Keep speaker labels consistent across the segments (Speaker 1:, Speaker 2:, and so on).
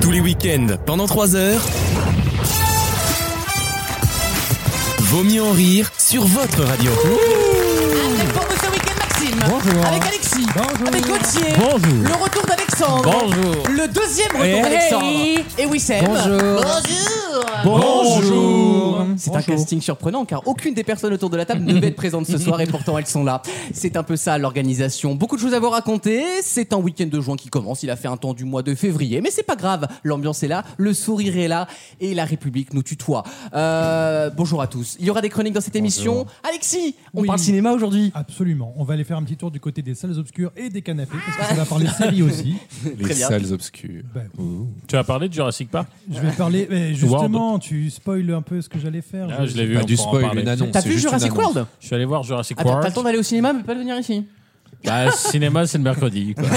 Speaker 1: Tous les week-ends, pendant 3 heures. Vaut mieux en rire sur votre radio.
Speaker 2: Avec pour nous ce week-end, Maxime.
Speaker 3: Bonjour.
Speaker 2: Avec Alexis.
Speaker 3: Bonjour.
Speaker 2: Avec Gauthier.
Speaker 3: Bonjour.
Speaker 2: Le retour d'Alexandre.
Speaker 3: Bonjour.
Speaker 2: Le deuxième retour
Speaker 3: Hey.
Speaker 2: d'Alexandre. Et Wissem.
Speaker 3: Bonjour.
Speaker 2: Bonjour. C'est un
Speaker 3: Bonjour.
Speaker 2: casting surprenant car aucune des personnes autour de la table ne devait être présente ce soir et pourtant elles sont là. C'est un peu ça l'organisation. Beaucoup de choses à vous raconter. C'est un week-end de juin qui commence. Il a fait un temps du mois de février, mais c'est pas grave. L'ambiance est là, le sourire est là et la République nous tutoie. Euh, bonjour à tous. Il y aura des chroniques dans cette émission. Alexis, on
Speaker 4: Oui.
Speaker 2: parle cinéma aujourd'hui.
Speaker 5: Ah,
Speaker 4: Absolument. On va aller faire un petit tour du côté des salles obscures et des canapés, parce que ça va parler série aussi.
Speaker 2: Très
Speaker 5: Les
Speaker 2: bien.
Speaker 5: salles obscures.
Speaker 4: Bah,
Speaker 6: Tu as parlé de Jurassic Park
Speaker 4: je vais parler. mais justement, tu spoil un peu ce que j'allais faire.
Speaker 6: Ah, Je l'ai vu.
Speaker 5: Pas
Speaker 6: on
Speaker 5: du
Speaker 6: pourra en
Speaker 5: spoil,
Speaker 6: parler.
Speaker 5: une annonce.
Speaker 2: T'as
Speaker 5: c'est
Speaker 2: vu
Speaker 5: juste une
Speaker 2: Jurassic
Speaker 5: annonce.
Speaker 2: World
Speaker 6: Je suis allé voir Jurassic
Speaker 2: Attends, t'as
Speaker 6: World.
Speaker 2: le temps d'aller au cinéma, mais pas de venir ici.
Speaker 6: Bah, le cinéma, c'est le mercredi. Quoi.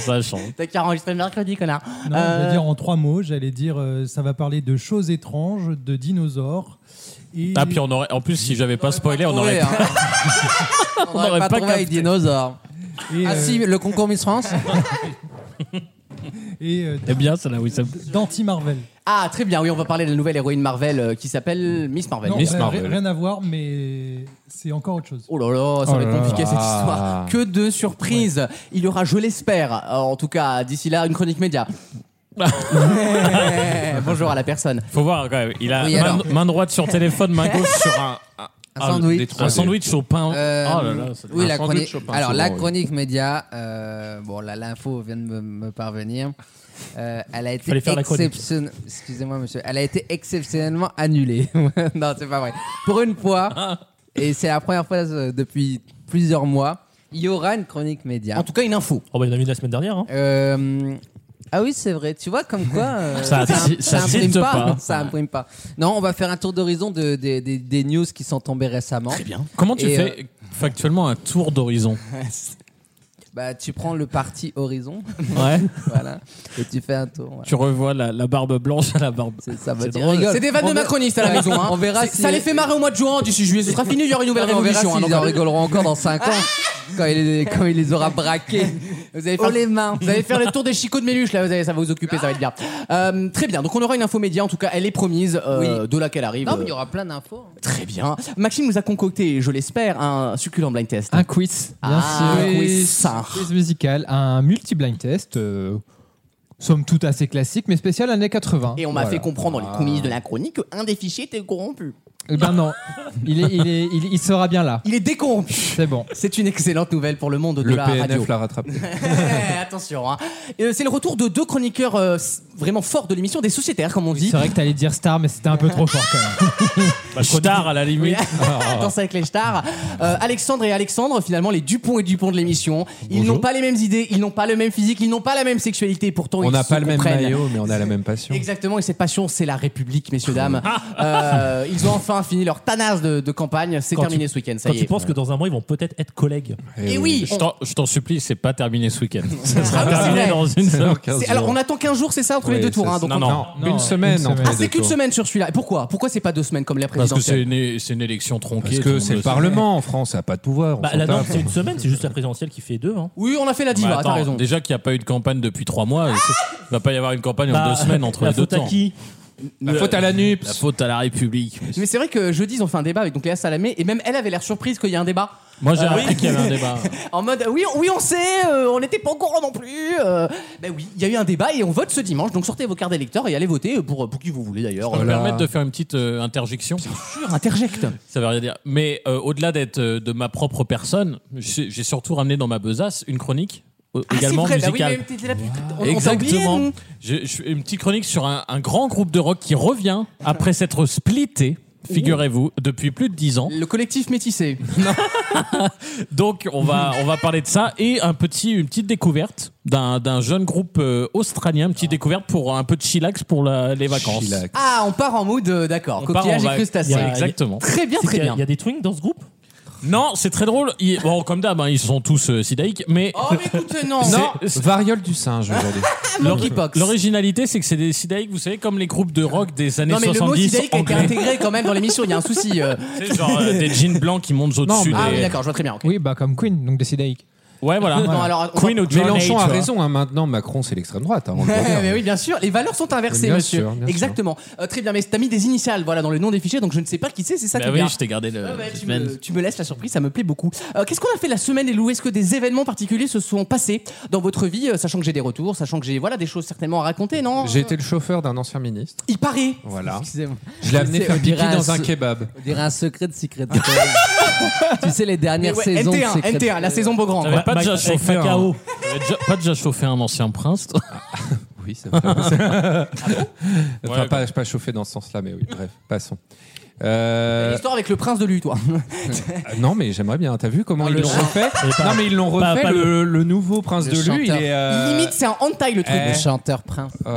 Speaker 6: ça change.
Speaker 2: T'as qu'à enregistrer le mercredi, connard.
Speaker 4: Non,
Speaker 2: Euh,
Speaker 4: je vais dire en trois mots. J'allais dire, euh, ça va parler de choses étranges, de dinosaures. Et
Speaker 6: Ah, puis on aurait. En plus, si j'avais pas spoilé, on aurait.
Speaker 2: Euh, on aurait pas, trouvé avec dinosaures.
Speaker 4: et, euh,
Speaker 2: Ah, le concours Miss France
Speaker 4: et, euh,
Speaker 6: Eh bien, ça là, oui, ça.
Speaker 4: d'anti-Marvel.
Speaker 2: Ah, très bien, oui, on va parler de la nouvelle héroïne Marvel euh, qui s'appelle Miss
Speaker 6: Bah,
Speaker 2: Marvel.
Speaker 4: Non,
Speaker 5: Miss
Speaker 4: rien-
Speaker 5: Marvel.
Speaker 4: Rien à voir, mais c'est encore autre chose.
Speaker 2: Oh là là, ça
Speaker 5: Oh
Speaker 2: va être
Speaker 5: là là.
Speaker 2: compliqué cette
Speaker 5: Ah.
Speaker 2: histoire. Que de surprises. Il y aura, je l'espère, euh, en tout cas, d'ici là, une chronique média. Ouais. Bonjour à la personne.
Speaker 6: Faut voir quand même. Il a
Speaker 7: Oui,
Speaker 6: main,
Speaker 7: alors.
Speaker 6: main droite sur téléphone, main gauche sur un.
Speaker 7: Un
Speaker 6: ah,
Speaker 7: sandwich.
Speaker 6: des trois- Un sandwich au pain.
Speaker 7: Euh,
Speaker 6: oh là là. ça-
Speaker 7: oui,
Speaker 5: un
Speaker 7: la
Speaker 5: sandwich
Speaker 7: chronique.
Speaker 5: au pain,
Speaker 7: Alors, la
Speaker 5: souvent, oui.
Speaker 7: chronique média, euh, bon, là, l'info vient de me, me parvenir. Euh, elle a été
Speaker 6: Fallait faire la chronique.
Speaker 7: exception- Excusez-moi, monsieur. Elle a été exceptionnellement annulée. non, c'est pas vrai. Pour une fois, et c'est la première fois euh, depuis plusieurs mois, il y aura une chronique média.
Speaker 2: En tout cas, une info.
Speaker 6: Oh, bah, il a mis de la semaine dernière. Hein.
Speaker 7: Euh, ah oui, c'est vrai. Tu vois, comme quoi. euh,
Speaker 6: Ça- ça
Speaker 7: imprime
Speaker 6: tilte pas.
Speaker 7: Ça imprime pas. Non, on va faire un tour d'horizon de, des- des- des news qui sont tombées récemment. Très bien.
Speaker 6: Comment tu
Speaker 7: Et,
Speaker 6: fais factuellement un tour d'horizon
Speaker 7: Bah, tu prends le parti horizon,
Speaker 6: Ouais.
Speaker 7: voilà, et tu fais un tour. voilà.
Speaker 6: tu revois la, la barbe blanche à la barbe.
Speaker 7: C'est- Ça va
Speaker 6: C'est
Speaker 7: tu
Speaker 6: drôle.
Speaker 7: rigoles.
Speaker 2: C'est des vannes
Speaker 7: On
Speaker 2: de
Speaker 7: ver-
Speaker 2: macronistes à la maison. hein.
Speaker 7: On verra
Speaker 2: C'est-
Speaker 7: si-
Speaker 2: Ça les fait marrer au mois de juin, d'ici juillet. Ce sera fini, il y aura une nouvelle
Speaker 7: Ah, mais on verra
Speaker 2: révolution. hein,
Speaker 7: s'ils
Speaker 2: donc-
Speaker 7: en rigoleront encore dans 5 ans, quand ils, quand ils les aura braqués.
Speaker 2: Vous allez
Speaker 7: Oh
Speaker 2: faire-
Speaker 7: les mains
Speaker 2: Vous allez faire le tour des chicots de Méluche, là, vous allez- ça va vous occuper, ça va être bien. Euh, très bien, donc on aura une info média, en tout cas, elle est promise, euh, de là qu'elle arrive.
Speaker 7: Non, mais il y aura plein d'infos. hein.
Speaker 2: Très bien. Maxime nous a concocté, je l'espère, un succulent blind test.
Speaker 3: Un quiz, bien
Speaker 2: Ah,
Speaker 3: sûr.
Speaker 2: un quiz.
Speaker 3: Un quiz musical, un multi-blind test, euh, somme toute assez classique, mais spécial années 80.
Speaker 2: Et on m'a
Speaker 3: Voilà.
Speaker 2: fait comprendre dans les coulisses de la chronique qu'un des fichiers était corrompu.
Speaker 3: Eh ben non, il, est- il, est- il- il sera bien là.
Speaker 2: Il est décorrompu.
Speaker 3: C'est bon.
Speaker 2: C'est une excellente nouvelle pour le monde de
Speaker 5: Le
Speaker 2: la radio.
Speaker 5: PNF l'a rattrapé.
Speaker 2: Eh, Attention, hein. Euh, c'est le retour de deux chroniqueurs euh, s- vraiment forts de l'émission, des sociétaires comme on dit.
Speaker 3: C'est vrai que t'allais dire star, mais c'était un peu trop fort quand même.
Speaker 6: Bah, connard à la limite.
Speaker 2: Danse avec les stars. Euh, Alexandre et Alexandre, finalement, les Dupont et Dupont de l'émission. Ils n'ont pas les mêmes idées, ils n'ont pas le même physique, ils n'ont pas la même sexualité. Pourtant,
Speaker 5: On
Speaker 2: ils
Speaker 5: n'a
Speaker 2: se
Speaker 5: pas le même
Speaker 2: comprennent.
Speaker 5: maillot, mais on a la même passion.
Speaker 2: Exactement, et cette passion, c'est la République, messieurs, dames. Euh, ils ont enfin fini leur tanasse de, de campagne. C'est
Speaker 8: Quand
Speaker 2: terminé
Speaker 8: tu-
Speaker 2: ce week-end, ça
Speaker 8: Quand
Speaker 2: y
Speaker 8: tu
Speaker 2: est.
Speaker 8: penses que dans un mois, ils vont peut-être être collègues.
Speaker 5: Eh
Speaker 2: Et oui,
Speaker 6: Je
Speaker 2: on-
Speaker 6: t'en- je t'en supplie, c'est pas terminé ce week-end. Ça sera
Speaker 2: Ah oui, c'est
Speaker 6: terminé
Speaker 2: vrai.
Speaker 6: dans une
Speaker 5: C'est
Speaker 6: semaine.
Speaker 5: dans 15
Speaker 2: c'est- alors,
Speaker 5: jours.
Speaker 2: on attend 15 jours, c'est ça, entre les
Speaker 5: Oui,
Speaker 2: deux tours.
Speaker 5: c'est-
Speaker 2: hein, donc
Speaker 6: non,
Speaker 2: on-
Speaker 6: non.
Speaker 3: Non,
Speaker 5: une semaine,
Speaker 3: une semaine.
Speaker 5: entre les
Speaker 2: Ah, c'est
Speaker 5: deux
Speaker 2: qu'une
Speaker 5: tours.
Speaker 2: semaine sur celui-là. Et Pourquoi Pourquoi c'est pas deux semaines comme la
Speaker 6: Parce que c'est
Speaker 2: présidentielle
Speaker 6: une, c'est une élection tronquée.
Speaker 5: Parce
Speaker 6: tout
Speaker 5: que
Speaker 6: le
Speaker 5: c'est
Speaker 6: monde
Speaker 5: le
Speaker 6: sait.
Speaker 5: Parlement en France, ça n'a pas de pouvoir. on
Speaker 8: Bah,
Speaker 5: s'en
Speaker 8: la norme,
Speaker 5: tape.
Speaker 8: c'est une semaine, c'est juste la présidentielle qui fait deux. Hein.
Speaker 2: Oui, on a fait la
Speaker 6: Bah,
Speaker 2: diva,
Speaker 6: attends,
Speaker 2: t'as raison. Ah.
Speaker 6: Déjà qu'il n'y a pas eu de campagne depuis trois mois, c'est- il va pas y avoir une campagne en
Speaker 8: Bah,
Speaker 6: deux semaines entre
Speaker 8: la
Speaker 6: les deux
Speaker 8: faute à
Speaker 6: temps.
Speaker 8: qui
Speaker 5: La faute à la
Speaker 6: La
Speaker 5: NUPS.
Speaker 6: faute à la République.
Speaker 2: Mais c'est vrai que jeudi, ils ont fait un débat avec donc Léa Salamé, et même elle avait l'air surprise qu'il y ait un débat.
Speaker 6: Moi j'ai
Speaker 2: Euh,
Speaker 6: appris
Speaker 2: oui.
Speaker 6: qu'il y avait un débat.
Speaker 2: En mode, oui, on- oui on sait, euh, on n'était pas au courant non plus. euh. ben oui, il y a eu un débat et on vote ce dimanche, donc sortez vos cartes d'électeurs et allez voter pour, pour qui vous voulez d'ailleurs.
Speaker 6: Je me
Speaker 2: Euh,
Speaker 6: permettre de faire une petite euh, interjection.
Speaker 2: sûr, interjecte.
Speaker 6: Ça veut rien dire. Mais euh, au-delà d'être euh, de ma propre personne, j'ai j'ai surtout ramené dans ma besace une chronique euh,
Speaker 2: Ah,
Speaker 6: également
Speaker 2: c'est vrai, bah oui,
Speaker 6: musicale.
Speaker 2: mais t'étais là, putain, on- on t'a
Speaker 6: Exactement.
Speaker 2: oublié, nous.
Speaker 6: Je- je fais une petite chronique sur un, un grand groupe de rock qui revient après s'être splitté, figurez-vous, depuis plus de 10 ans.
Speaker 2: Le collectif métissé.
Speaker 6: Donc on va, on va parler de ça et un petit, une petite découverte d'un d'un jeune groupe euh, australien, une petite découverte pour un peu de chillax pour la- les vacances.
Speaker 5: Chillax.
Speaker 2: Ah, on part en mood, euh, d'accord.
Speaker 6: On part
Speaker 2: Coquillage
Speaker 6: en
Speaker 2: et
Speaker 6: va-
Speaker 2: crustacés.
Speaker 8: Il y a-
Speaker 6: Exactement.
Speaker 2: Très bien,
Speaker 8: C'est
Speaker 2: très
Speaker 8: qu'il y a-
Speaker 2: bien.
Speaker 8: Il y a des twins dans ce groupe
Speaker 6: Non, c'est très drôle. Ils- bon, comme d'hab, hein, ils sont tous euh, sidaïques, mais
Speaker 2: Oh, mais écoute, non.
Speaker 5: Non, variole du singe aujourd'hui.
Speaker 2: ah, Monkeypox.
Speaker 6: l'originalité, c'est que c'est des sidaïques, vous savez, comme les groupes de rock des années
Speaker 2: Non, mais
Speaker 6: 70
Speaker 2: le mot sidaïque a été
Speaker 6: anglais.
Speaker 2: intégré quand même dans l'émission, il y a un souci. euh.
Speaker 6: C'est genre euh, des jeans blancs qui montent
Speaker 3: Non,
Speaker 6: au-dessus
Speaker 3: mais-
Speaker 2: Ah
Speaker 6: des-
Speaker 2: oui, d'accord, je vois très bien. ok.
Speaker 3: Oui, bah comme Queen, donc des Sidaïques.
Speaker 6: Ouais, voilà.
Speaker 2: Non, alors, on va-
Speaker 6: Queen of
Speaker 5: Mélenchon a
Speaker 6: Drainage,
Speaker 5: raison, hein, maintenant Macron c'est l'extrême droite. hein, on le voit bien.
Speaker 2: mais oui, bien sûr, les valeurs sont inversées,
Speaker 5: Bien
Speaker 2: monsieur.
Speaker 5: sûr, bien sûr.
Speaker 2: Exactement. Euh, très bien, mais t'as mis des initiales, voilà, dans le nom des fichiers, donc je ne sais pas qui c'est, c'est ça qui
Speaker 6: Bah
Speaker 2: est
Speaker 6: oui,
Speaker 2: bien.
Speaker 6: je t'ai gardé le.
Speaker 2: Ah ouais,
Speaker 6: la
Speaker 2: tu,
Speaker 6: semaine.
Speaker 2: me, tu me laisses la surprise, ça me plaît beaucoup. Euh, Qu'est-ce qu'on a fait la semaine, Elou Est-ce que des événements particuliers se sont passés dans votre vie, euh, sachant que j'ai des retours, sachant que j'ai voilà des choses certainement à raconter, non
Speaker 5: J'ai été le chauffeur d'un ancien ministre.
Speaker 2: Il paraît.
Speaker 5: Voilà.
Speaker 7: Excusez-moi.
Speaker 5: Je l'ai amené
Speaker 7: C'est-
Speaker 5: faire
Speaker 7: on dirait
Speaker 5: pipi dans
Speaker 7: un
Speaker 5: un
Speaker 7: se-
Speaker 5: kebab.
Speaker 7: On dirait un secret de Secret Story. tu sais, les
Speaker 2: Mais
Speaker 7: dernières
Speaker 2: ouais,
Speaker 7: saisons. de
Speaker 2: NT1,
Speaker 7: Secret
Speaker 2: NT1, la
Speaker 7: Story.
Speaker 2: saison Beaugrand.
Speaker 6: T'avais
Speaker 2: quoi.
Speaker 6: pas,
Speaker 8: Mike-
Speaker 6: déjà
Speaker 8: avec
Speaker 6: chauffé un...
Speaker 8: Macao.
Speaker 6: T'avais déjà- pas déjà chauffé un ancien prince toi
Speaker 5: Oui, ça va. enfin,
Speaker 6: Ouais,
Speaker 5: pas, pas chauffé dans ce sens-là, mais oui, bref, passons. Euh,
Speaker 2: L'histoire avec le prince de Lu, toi.
Speaker 5: non, mais j'aimerais bien. T'as vu
Speaker 7: Ah,
Speaker 5: comment ils l'ont refait
Speaker 8: pas-
Speaker 5: Non, mais ils l'ont
Speaker 8: pas-
Speaker 5: refait.
Speaker 8: pas
Speaker 5: le, le nouveau prince
Speaker 7: Le
Speaker 5: de lui, il
Speaker 7: chanteur.
Speaker 5: est. euh,
Speaker 2: Limite, c'est un hentai le truc.
Speaker 5: eh,
Speaker 7: Le chanteur prince.
Speaker 5: ouais.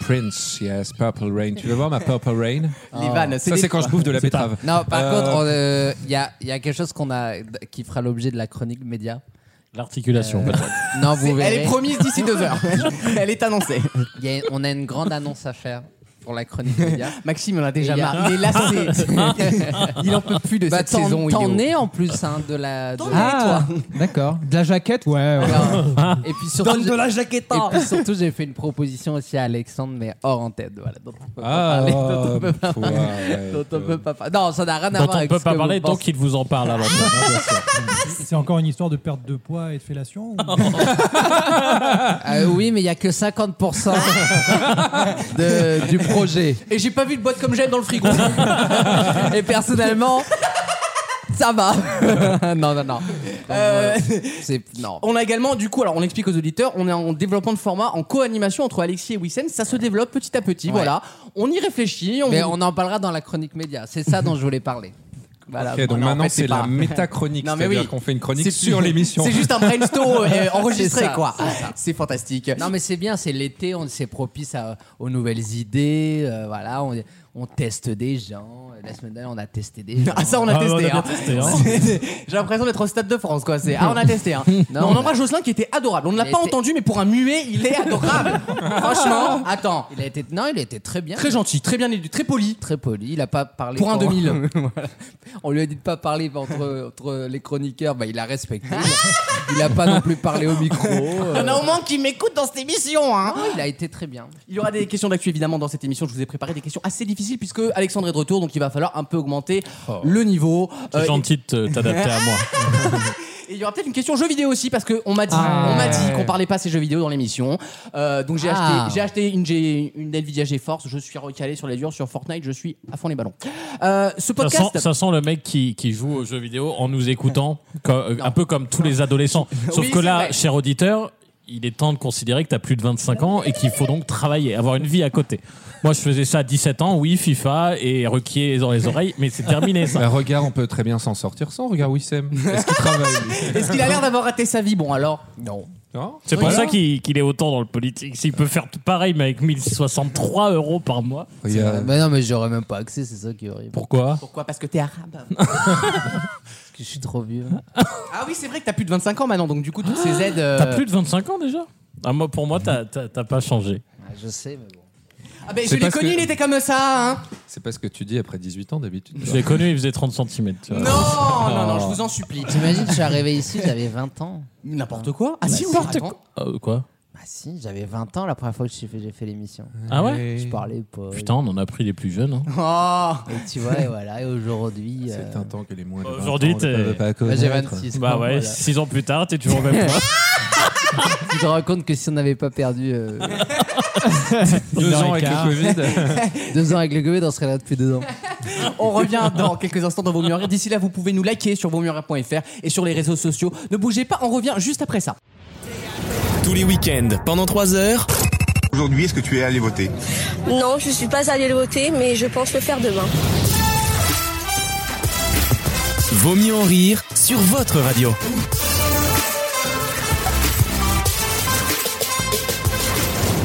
Speaker 5: Prince, yes, Purple Rain. Tu veux voir ma Purple Rain
Speaker 2: Les vannes,
Speaker 5: Ah. Ça,
Speaker 2: des-
Speaker 5: c'est quand je bouffe de la betterave.
Speaker 7: Non, par
Speaker 5: Euh,
Speaker 7: contre, on, euh, il y, a, il y a quelque chose qu'on a, qui fera l'objet de la chronique média.
Speaker 6: L'articulation.
Speaker 7: Non, vous
Speaker 2: Elle est
Speaker 7: verrez.
Speaker 2: promise d'ici deux heures. Elle est annoncée.
Speaker 7: Il y a- on a une grande annonce à faire pour la chronique média.
Speaker 2: Maxime, on a déjà
Speaker 7: Et il y a-
Speaker 2: marre. Il est lassé. il en peut plus de
Speaker 7: Bah,
Speaker 2: cette
Speaker 7: t'en,
Speaker 2: saison.
Speaker 7: t'en
Speaker 2: il est
Speaker 7: es en plus hein, de la. de
Speaker 2: T'en
Speaker 7: la-
Speaker 3: Ah, d'accord. De la jaquette
Speaker 7: Ah,
Speaker 3: Ouais, ouais.
Speaker 7: Alors, et puis surtout, j'ai-
Speaker 2: la jaquette.
Speaker 7: et puis surtout, j'ai fait une proposition aussi à Alexandre, mais hors antenne. Voilà, donc on peut
Speaker 5: Ah,
Speaker 7: pas parler. dont on peut pas-
Speaker 5: ouais, ouais.
Speaker 7: dont on peut pas parler. Non, ça n'a rien à
Speaker 6: euh, Dont
Speaker 7: voir
Speaker 6: on
Speaker 7: avec
Speaker 6: peut
Speaker 7: ce
Speaker 6: pas
Speaker 7: que
Speaker 6: parler,
Speaker 7: vous pensez.
Speaker 6: donc il vous en parle à l'antenne.
Speaker 4: C'est encore une histoire de perte de poids et de fellation ou-
Speaker 2: Oh,
Speaker 7: Euh, oui, mais il n'y a que 50% de- du projet.
Speaker 2: Et j'ai pas vu de boîte comme j'aime dans le frigo.
Speaker 7: Et personnellement, ça va. non, non, non.
Speaker 2: Euh,
Speaker 7: C'est, non.
Speaker 2: On a également, du coup, alors on explique aux auditeurs, on est en développement de format, en co-animation entre Alexis et Wissem. Ça se développe petit à petit,
Speaker 7: Ouais.
Speaker 2: voilà. On y réfléchit. On
Speaker 7: Mais on en parlera dans la chronique média. C'est ça dont je voulais parler. Voilà.
Speaker 5: Ok, donc
Speaker 2: non, en
Speaker 5: maintenant
Speaker 2: fait, c'est
Speaker 5: c'est la
Speaker 2: pas-
Speaker 5: métachronique,
Speaker 2: Non, mais
Speaker 5: c'est-à-dire
Speaker 2: oui.
Speaker 5: qu'on fait une chronique
Speaker 2: C'est-
Speaker 5: sur l'émission.
Speaker 2: C'est juste un brainstorm euh, enregistré,
Speaker 7: C'est ça,
Speaker 2: quoi. C'est fantastique.
Speaker 7: Non, mais c'est bien, c'est l'été, on c'est propice à- aux nouvelles idées. euh, voilà, on, on teste des gens. euh, La semaine dernière, on a testé des gens.
Speaker 2: Ah, ça, on a
Speaker 8: Ah,
Speaker 2: testé.
Speaker 8: on a bien
Speaker 2: hein.
Speaker 8: testé, hein.
Speaker 2: C'est- J'ai l'impression d'être au Stade de France, quoi. C'est ah, on a testé. Hein.
Speaker 7: Non,
Speaker 2: Non, on
Speaker 7: mais-
Speaker 2: embrasse Jocelyn qui était adorable. On ne l'a
Speaker 7: Il
Speaker 2: pas
Speaker 7: était-
Speaker 2: entendu, mais pour un muet, il est adorable. Franchement, attends.
Speaker 7: Ah. Il a été, non, il a été très bien.
Speaker 2: Très gentil, très bien élu, très poli.
Speaker 7: très poli, il a pas parlé
Speaker 2: Pour un 2000.
Speaker 7: Voilà. On lui a dit de pas parler entre, entre les chroniqueurs, bah, il a respecté. il a pas non plus parlé au micro.
Speaker 2: Ah
Speaker 7: euh.
Speaker 2: Il y en a au moins qui m'écoutent dans cette émission, hein.
Speaker 7: Non, il a été très bien.
Speaker 2: Il y aura des questions d'actu évidemment dans cette émission. Je vous ai préparé des questions assez difficiles puisque Alexandre est de retour, donc il va falloir un peu augmenter le niveau. Euh,
Speaker 6: C'est gentil de t'adapter à moi.
Speaker 2: et il y aura peut-être une question jeux vidéo aussi parce que on m'a dit,
Speaker 3: Ah.
Speaker 2: on m'a dit qu'on parlait pas ces jeux vidéo dans l'émission. Euh, donc j'ai
Speaker 7: Ah.
Speaker 2: acheté, j'ai acheté une, G- une Nvidia GeForce. Je suis recalé sur les durs sur Fortnite. Je suis à fond les ballons. Euh, ce
Speaker 6: Ça
Speaker 2: podcast.
Speaker 6: sent, ça sent le mec qui, qui joue aux jeux vidéo en nous écoutant, co- euh, un peu comme tous les adolescents. Sauf
Speaker 2: Oui,
Speaker 6: que
Speaker 2: c'est
Speaker 6: là,
Speaker 2: vrai.
Speaker 6: cher auditeur, il est temps de considérer que tu as plus de 25 ans et qu'il faut donc travailler, avoir une vie à côté. Moi, je faisais ça à 17 ans, oui, FIFA et requier dans les oreilles, mais c'est terminé ça.
Speaker 5: Bah, regarde, on peut très bien s'en sortir sans. Regarde Wissem, est-ce qu'il travaille lui
Speaker 2: Est-ce qu'il a l'air d'avoir raté sa vie Bon alors. Non.
Speaker 5: Non
Speaker 6: C'est pour
Speaker 5: Voilà.
Speaker 6: ça qu'il qu'il est autant dans le politique. S'il peut faire tout pareil, mais avec 1063 euros par mois.
Speaker 5: Il y a-
Speaker 7: Mais non, mais j'aurais même pas accès, c'est ça qui est horrible.
Speaker 6: Pourquoi
Speaker 2: Pourquoi Parce que t'es arabe.
Speaker 7: Parce que je suis trop vieux.
Speaker 2: ah oui, c'est vrai que t'as plus de 25 ans maintenant, donc du coup toutes ces
Speaker 7: Ah.
Speaker 2: aides. euh,
Speaker 6: T'as plus de 25 ans déjà Ah, moi, Pour moi, t'as- t'as t'as pas changé.
Speaker 7: Ah,
Speaker 2: euh,
Speaker 7: je sais, mais bon.
Speaker 2: Ah ben je
Speaker 5: C'est
Speaker 2: l'ai
Speaker 5: parce
Speaker 2: connu,
Speaker 5: que-
Speaker 2: il était comme ça. Hein.
Speaker 5: C'est pas ce que tu dis après 18 ans d'habitude.
Speaker 6: Je l'ai connu, il faisait 30 cm.
Speaker 2: Non, non, non, je vous en supplie.
Speaker 7: T'imagines, je suis arrivé ici, j'avais 20 ans.
Speaker 2: N'importe quoi Ah si, oui,
Speaker 7: N'importe
Speaker 2: attends.
Speaker 6: Euh, quoi
Speaker 7: Bah si, j'avais 20 ans la première fois que j'ai fait, j'ai fait l'émission.
Speaker 6: Ah ouais
Speaker 7: Je parlais pas.
Speaker 6: Putain, on en a pris les plus jeunes. hein.
Speaker 2: Oh
Speaker 7: Et tu vois, et voilà, et aujourd'hui. euh,
Speaker 5: C'est un temps que les moins. de 20
Speaker 6: Aujourd'hui,
Speaker 5: ans ne
Speaker 6: t'es-
Speaker 5: peuvent pas
Speaker 7: bah, j'ai
Speaker 5: connaître.
Speaker 7: 26.
Speaker 6: Bah
Speaker 7: ans,
Speaker 6: ouais,
Speaker 7: voilà.
Speaker 6: 6 ans plus tard, t'es toujours au même point.
Speaker 7: Tu te rends compte que si on n'avait pas perdu euh,
Speaker 5: Deux ans avec le Covid.
Speaker 7: deux ans avec le Covid, on serait là depuis deux ans.
Speaker 2: On revient dans quelques instants dans Vos Mieux en Rire. D'ici là, vous pouvez nous liker sur vosmieuxenrire.fr et sur les réseaux sociaux. Ne bougez pas, on revient juste après ça.
Speaker 1: Tous les week-ends, pendant 3 heures,
Speaker 9: Aujourd'hui, est-ce que tu es allé voter
Speaker 10: Non, je suis pas allée le voter, mais je pense le faire demain.
Speaker 1: Vaut mieux en rire sur votre radio.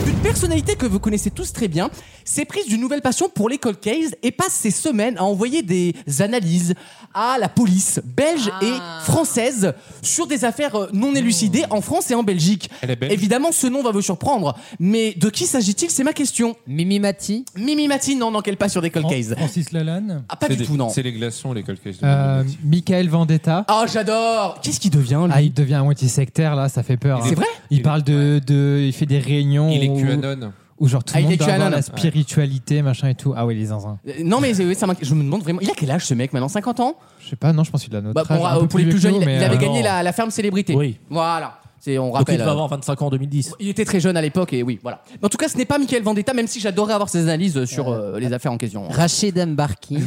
Speaker 2: Une personne personnalité que vous connaissez tous très bien s'est prise d'une nouvelle passion pour les cold cases et passe ses semaines à envoyer des analyses à la police belge
Speaker 7: Ah.
Speaker 2: et française sur des affaires euh, non élucidées
Speaker 7: Hmm.
Speaker 2: en France et en Belgique.
Speaker 5: Elle est belge
Speaker 2: Évidemment, ce nom va vous surprendre, mais de qui s'agit-il C'est ma question.
Speaker 7: Mimi Mati.
Speaker 2: Mimi Mati, non, non, qu'elle passe sur des cold cases.
Speaker 4: Francis Lalanne.
Speaker 2: Ah, pas
Speaker 5: Oh. C'est
Speaker 2: du
Speaker 5: des-
Speaker 2: tout, non.
Speaker 5: C'est les glaçons, les cold cases de
Speaker 3: Euh,
Speaker 5: Mimi Mati.
Speaker 3: Michael Vendetta.
Speaker 2: Oh, j'adore Qu'est-ce qu'il devient, lui
Speaker 3: Ah, il devient à moitié sectaire là, ça fait peur.
Speaker 2: C'est
Speaker 3: hein.
Speaker 2: vrai
Speaker 3: Il parle de, de- il fait des réunions
Speaker 5: Il est
Speaker 3: où-
Speaker 5: QAnon.
Speaker 3: où, genre tout
Speaker 2: Ah,
Speaker 3: le
Speaker 2: il
Speaker 3: monde
Speaker 2: est
Speaker 3: doit avoir
Speaker 2: QAnon.
Speaker 3: la spiritualité, machin et tout. Ah ouais, les zinzins.
Speaker 2: Euh, Non, mais euh, oui, ça m'inquiète. je me demande vraiment. Il a quel âge ce mec maintenant 50 ans
Speaker 3: Je sais pas, non, je pense qu'il a notre
Speaker 2: Bah,
Speaker 3: âge,
Speaker 2: pour,
Speaker 3: un
Speaker 2: euh,
Speaker 3: peu
Speaker 2: pour les
Speaker 3: vieux
Speaker 2: plus
Speaker 3: que nous,
Speaker 2: jeunes, il, il
Speaker 3: mais,
Speaker 2: avait
Speaker 3: euh,
Speaker 2: gagné
Speaker 8: non.
Speaker 2: la, la ferme célébrité.
Speaker 8: Oui.
Speaker 2: Voilà. C'est, on
Speaker 8: Donc il
Speaker 2: rappelle.
Speaker 8: devait
Speaker 2: euh,
Speaker 8: avoir 25 ans en 2010.
Speaker 2: il était très jeune à l'époque et oui, voilà. En tout cas, ce n'est pas Michael Vendetta, même si j'adorais avoir ses analyses euh, sur euh, les affaires en question.
Speaker 7: Rachid Mbarki.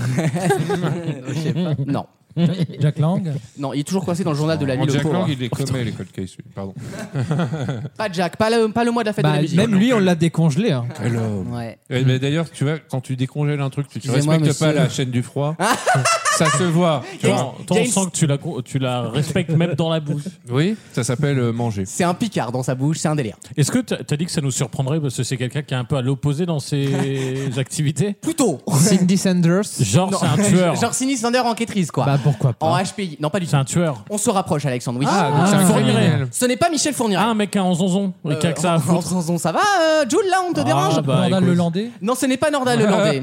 Speaker 2: non,
Speaker 4: Jack Lang.
Speaker 2: non, il est toujours coincé dans le journal de la nuit.
Speaker 5: En
Speaker 2: le
Speaker 5: Jack
Speaker 2: pauvre.
Speaker 5: Lang, il les commet, les cold cases. lui. Pardon.
Speaker 2: Pas Jack, pas le, pas le mois de la fête
Speaker 3: bah,
Speaker 2: de la musique.
Speaker 3: même lui, on l'a décongelé. hein.
Speaker 7: Ouais.
Speaker 5: Eh, mais D'ailleurs, tu vois, quand tu décongèles un truc, tu ne
Speaker 7: Excusez-moi,
Speaker 5: respectes pas
Speaker 7: monsieur.
Speaker 5: la chaîne du froid. ça se voit. tu vois.
Speaker 6: Toi,
Speaker 2: il
Speaker 6: toi,
Speaker 2: y a
Speaker 6: on
Speaker 2: une-
Speaker 6: sent que tu la, con- tu la respectes même dans la bouche.
Speaker 5: Oui, ça s'appelle euh, manger.
Speaker 2: C'est un picard dans sa bouche, c'est un délire.
Speaker 6: Est-ce que tu as dit que ça nous surprendrait parce que c'est quelqu'un qui est un peu à l'opposé dans ses activités
Speaker 2: Plutôt
Speaker 3: Cindy Sanders.
Speaker 6: Genre,
Speaker 2: Non,
Speaker 6: c'est un tueur.
Speaker 2: Genre Cindy Sander enquêtrice, quoi.
Speaker 3: Bah pourquoi
Speaker 2: en
Speaker 3: pas
Speaker 2: HPI. Non, pas du
Speaker 6: C'est
Speaker 2: tout.
Speaker 6: un tueur.
Speaker 2: On se rapproche, Alexandre. Oui.
Speaker 5: Ah, donc c'est un
Speaker 6: Fourniret.
Speaker 5: criminel.
Speaker 2: Ce n'est pas Michel Fournier.
Speaker 6: Ah, un mec qui a un zonzon et qui a que ça à
Speaker 2: Euh, en, en
Speaker 6: foutre.
Speaker 2: transon, ça va, euh, Jules, là, on te dérange
Speaker 6: bah,
Speaker 4: Vandal
Speaker 6: écoute.
Speaker 4: Lelandais.
Speaker 2: Non, ce n'est pas Nordal le Landais.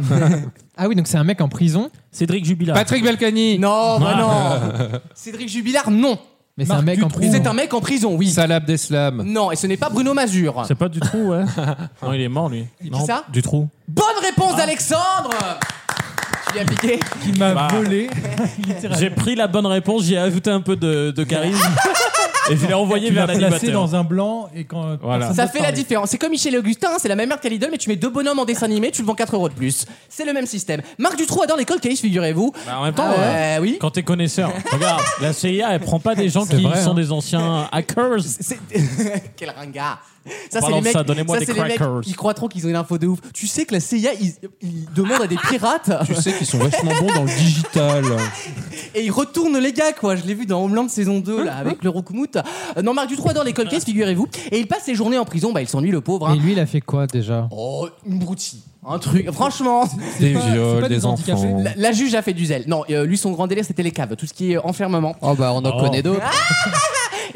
Speaker 3: Ah oui, donc c'est un mec en prison,
Speaker 8: Cédric Jubilat.
Speaker 5: Patrick Balkany,
Speaker 2: Non, bah non. Cédric Jubilard, non.
Speaker 3: mais c'est un mec en prison.
Speaker 2: C'est un mec en prison, oui.
Speaker 5: Salab Deslam.
Speaker 2: Non, et ce n'est pas Bruno Mazur.
Speaker 6: C'est pas du trou, ouais. non, il est mort, lui. Non,
Speaker 2: ça
Speaker 6: Du trou.
Speaker 2: Bonne
Speaker 6: Ah.
Speaker 2: réponse d'Alexandre Tu lui as piqué
Speaker 4: Il m'a
Speaker 6: Bah.
Speaker 4: volé.
Speaker 6: J'ai pris la bonne réponse, j'y ai ajouté un peu de, de charisme et je l'ai envoyé
Speaker 4: Il
Speaker 6: vers
Speaker 4: m'a placé
Speaker 6: l'animateur.
Speaker 4: dans un blanc et quand. euh,
Speaker 6: Voilà.
Speaker 4: personne
Speaker 2: hein. Ça
Speaker 4: d'autre
Speaker 2: fait la
Speaker 4: parlait.
Speaker 2: différence. C'est comme Michel Augustin, hein, c'est la même merde qu'à Lidl, mais tu mets deux bonhommes en dessin animé, tu le vends 4 euros de plus. C'est le même système. Marc Dutroux adore les cold cases, figurez-vous.
Speaker 6: Bah, en même temps,
Speaker 2: Ah
Speaker 6: ouais.
Speaker 2: ouais, oui.
Speaker 6: quand t'es connaisseur, regarde, la CIA, elle prend pas des gens qui
Speaker 3: vrai,
Speaker 6: sont
Speaker 3: hein.
Speaker 6: des anciens hackers.
Speaker 2: C'est- Quel ringard Ça, c'est
Speaker 6: Parlant
Speaker 2: les
Speaker 6: de
Speaker 2: mecs,
Speaker 6: ça, donnez-moi
Speaker 2: ça,
Speaker 6: des
Speaker 2: c'est les mecs,
Speaker 6: crackers.
Speaker 2: Ils croient trop qu'ils ont une info de ouf. Tu sais que la CIA, ils, ils demandent à des pirates
Speaker 5: Tu sais qu'ils sont vachement bons dans le digital.
Speaker 2: et ils retournent les gars, quoi. Je l'ai vu dans Homeland saison 2, là, avec le Roukmout. Euh, non, Marc Dutroux adore les cold cases, figurez-vous. Et il passe ses journées en prison, bah il s'ennuie, le pauvre. hein.
Speaker 3: Et lui, il a fait quoi déjà
Speaker 2: Oh, une broutille. Un truc. Franchement,
Speaker 5: Des
Speaker 4: pas- Euh, c'est
Speaker 5: viols,
Speaker 4: pas
Speaker 5: des
Speaker 4: des handicapés.
Speaker 5: enfants.
Speaker 2: la, la juge a fait du zèle. Non, euh, lui, son grand délire, c'était les caves, tout ce qui est enfermement.
Speaker 7: Oh bah on en
Speaker 6: Oh.
Speaker 7: connaît d'autres.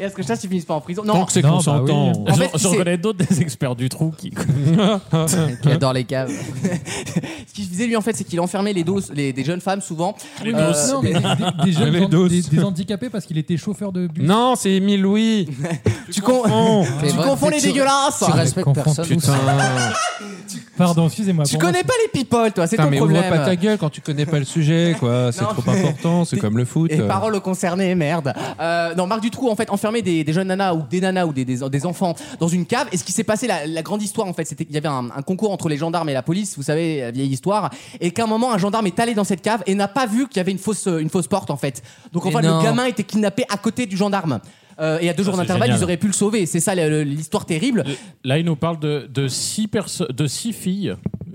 Speaker 2: Et est-ce que ça, ils finissent pas en prison
Speaker 5: Tant
Speaker 2: Non,
Speaker 5: que c'est
Speaker 3: Non,
Speaker 5: qu'on
Speaker 3: bah
Speaker 5: s'entend.
Speaker 3: oui.
Speaker 2: En
Speaker 6: J'en
Speaker 2: fait,
Speaker 6: j'en
Speaker 2: c'est-
Speaker 6: connais d'autres des experts du trou qui.
Speaker 7: qui adore les caves.
Speaker 2: ce qu'il faisait, lui, en fait, c'est qu'il enfermait les doses, les, des jeunes femmes, souvent.
Speaker 6: Les
Speaker 2: Euh,
Speaker 6: doses.
Speaker 4: Non, mais des, des- des jeunes
Speaker 5: Les
Speaker 4: hand-
Speaker 5: doses.
Speaker 4: des- des handicapés parce qu'il était chauffeur de bus.
Speaker 5: Non, c'est Émile Louis.
Speaker 2: tu, con-
Speaker 7: C'est
Speaker 2: tu
Speaker 7: vrai,
Speaker 2: confonds les
Speaker 7: tu-
Speaker 2: dégueulasses
Speaker 6: Ah,
Speaker 7: Tu respectes
Speaker 3: Confond-
Speaker 7: personne. ou ça
Speaker 5: Putain.
Speaker 4: Pardon, excusez-moi.
Speaker 2: Tu
Speaker 4: Pour moi,
Speaker 2: connais pas les people, toi, c'est
Speaker 5: Putain,
Speaker 2: ton
Speaker 5: mais
Speaker 2: problème.
Speaker 5: ouvre pas ta gueule quand tu connais pas le sujet, quoi. C'est
Speaker 2: Non,
Speaker 5: trop
Speaker 2: mais-
Speaker 5: important, c'est
Speaker 2: Des-
Speaker 5: comme le foot.
Speaker 2: Et parole aux concernés, merde. Euh, non, Marc Dutroux, en fait, enfermé des, des jeunes nanas ou des nanas ou des, des, des enfants dans une cave. Et ce qui s'est passé, la, la grande histoire, en fait, c'était qu'il y avait un, un concours entre les gendarmes et la police, vous savez, la vieille histoire. Et qu'à un moment, un gendarme est allé dans cette cave et n'a pas vu qu'il y avait une fausse, euh, une fausse porte, en fait. Donc, en
Speaker 7: Mais
Speaker 2: fait,
Speaker 7: non.
Speaker 2: le gamin était kidnappé à côté du gendarme. Euh, et à deux jours
Speaker 6: c'est
Speaker 2: d'intervalle,
Speaker 6: génial.
Speaker 2: ils auraient pu le sauver. C'est ça le- le- l'histoire terrible.
Speaker 6: Là, il nous parle de, de, six perso- de six filles,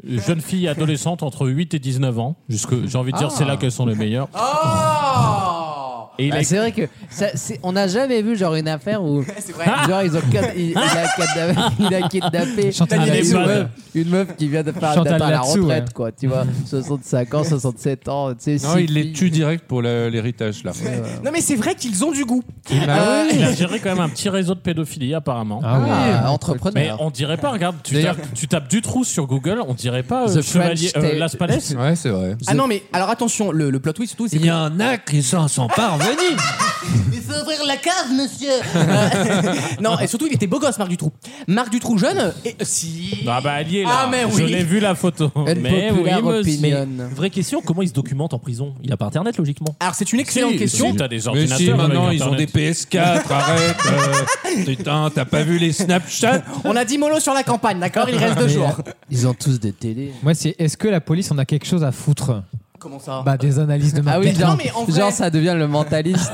Speaker 6: euh, jeunes filles adolescentes entre 8 et 19 ans. Jusque, j'ai envie de dire, c'est là qu'elles sont les meilleures.
Speaker 2: Oh
Speaker 6: Et il
Speaker 7: Bah,
Speaker 6: est-
Speaker 7: c'est vrai que ça, c'est- on n'a jamais vu genre une affaire où
Speaker 2: Eh, C'est vrai.
Speaker 7: genre ils ont cad- il, il a kidnappé, il a kidnappé
Speaker 3: Hein Chantal
Speaker 7: une,
Speaker 6: Latsou, ouais.
Speaker 7: meuf, une meuf qui vient de faire
Speaker 3: Chantal
Speaker 7: d'atteindre la
Speaker 3: Latsou,
Speaker 7: retraite
Speaker 3: ouais.
Speaker 7: quoi tu vois 65 ans 67 ans tu sais
Speaker 5: Non,
Speaker 7: six
Speaker 5: il les
Speaker 7: filles.
Speaker 5: tue direct pour la- l'héritage, là.
Speaker 2: Non, mais c'est vrai qu'ils ont du goût.
Speaker 6: Ah
Speaker 2: Euh,
Speaker 6: ouais, Il a géré quand même un petit réseau de pédophilie, apparemment.
Speaker 3: Ah oui.
Speaker 7: Ah,
Speaker 6: Mais
Speaker 7: entrepreneur
Speaker 6: on dirait pas, regarde, tu
Speaker 5: D'ailleurs-
Speaker 6: tapes, tu tapes du trou sur Google, on dirait pas euh,
Speaker 7: The
Speaker 6: Chevalier
Speaker 7: French
Speaker 6: euh,
Speaker 7: Tale.
Speaker 6: Las Palais.
Speaker 5: Ouais, c'est vrai.
Speaker 2: Ah non, mais alors attention, le, le plot twist, surtout, c'est que-
Speaker 5: un acte, ils s'en sont parvenus.
Speaker 2: Il faut ouvrir la cave, monsieur Euh, Non, et surtout, il était beau gosse, Marc Dutroux. Marc Dutroux jeune, et euh, si...
Speaker 6: Ah bah elle y est là.
Speaker 2: Ah, mais
Speaker 6: Je
Speaker 2: oui.
Speaker 6: l'ai vu la photo.
Speaker 7: Une
Speaker 6: mais oui,
Speaker 7: populaire
Speaker 6: monsieur.
Speaker 7: opinion.
Speaker 8: Vraie question, comment il se documente en prison Il a pas internet logiquement.
Speaker 2: Alors, c'est une excellente
Speaker 5: Si,
Speaker 2: question.
Speaker 6: Si t'as des
Speaker 5: Mais
Speaker 6: ordinateurs.
Speaker 5: si, maintenant,
Speaker 6: avec
Speaker 5: ils ont des
Speaker 6: Internet.
Speaker 5: PS4, arrête. euh, putain, t'as pas vu les Snapchat
Speaker 2: On a dit mollo sur la campagne, d'accord Il reste deux jours.
Speaker 7: ils ont tous des télés
Speaker 3: Moi, c'est est-ce que la police en a quelque chose à foutre
Speaker 2: Comment ça
Speaker 3: Bah, des analyses de
Speaker 7: ah oui
Speaker 3: marketing.
Speaker 7: genre,
Speaker 2: mais en vrai-
Speaker 7: genre ça devient le mentaliste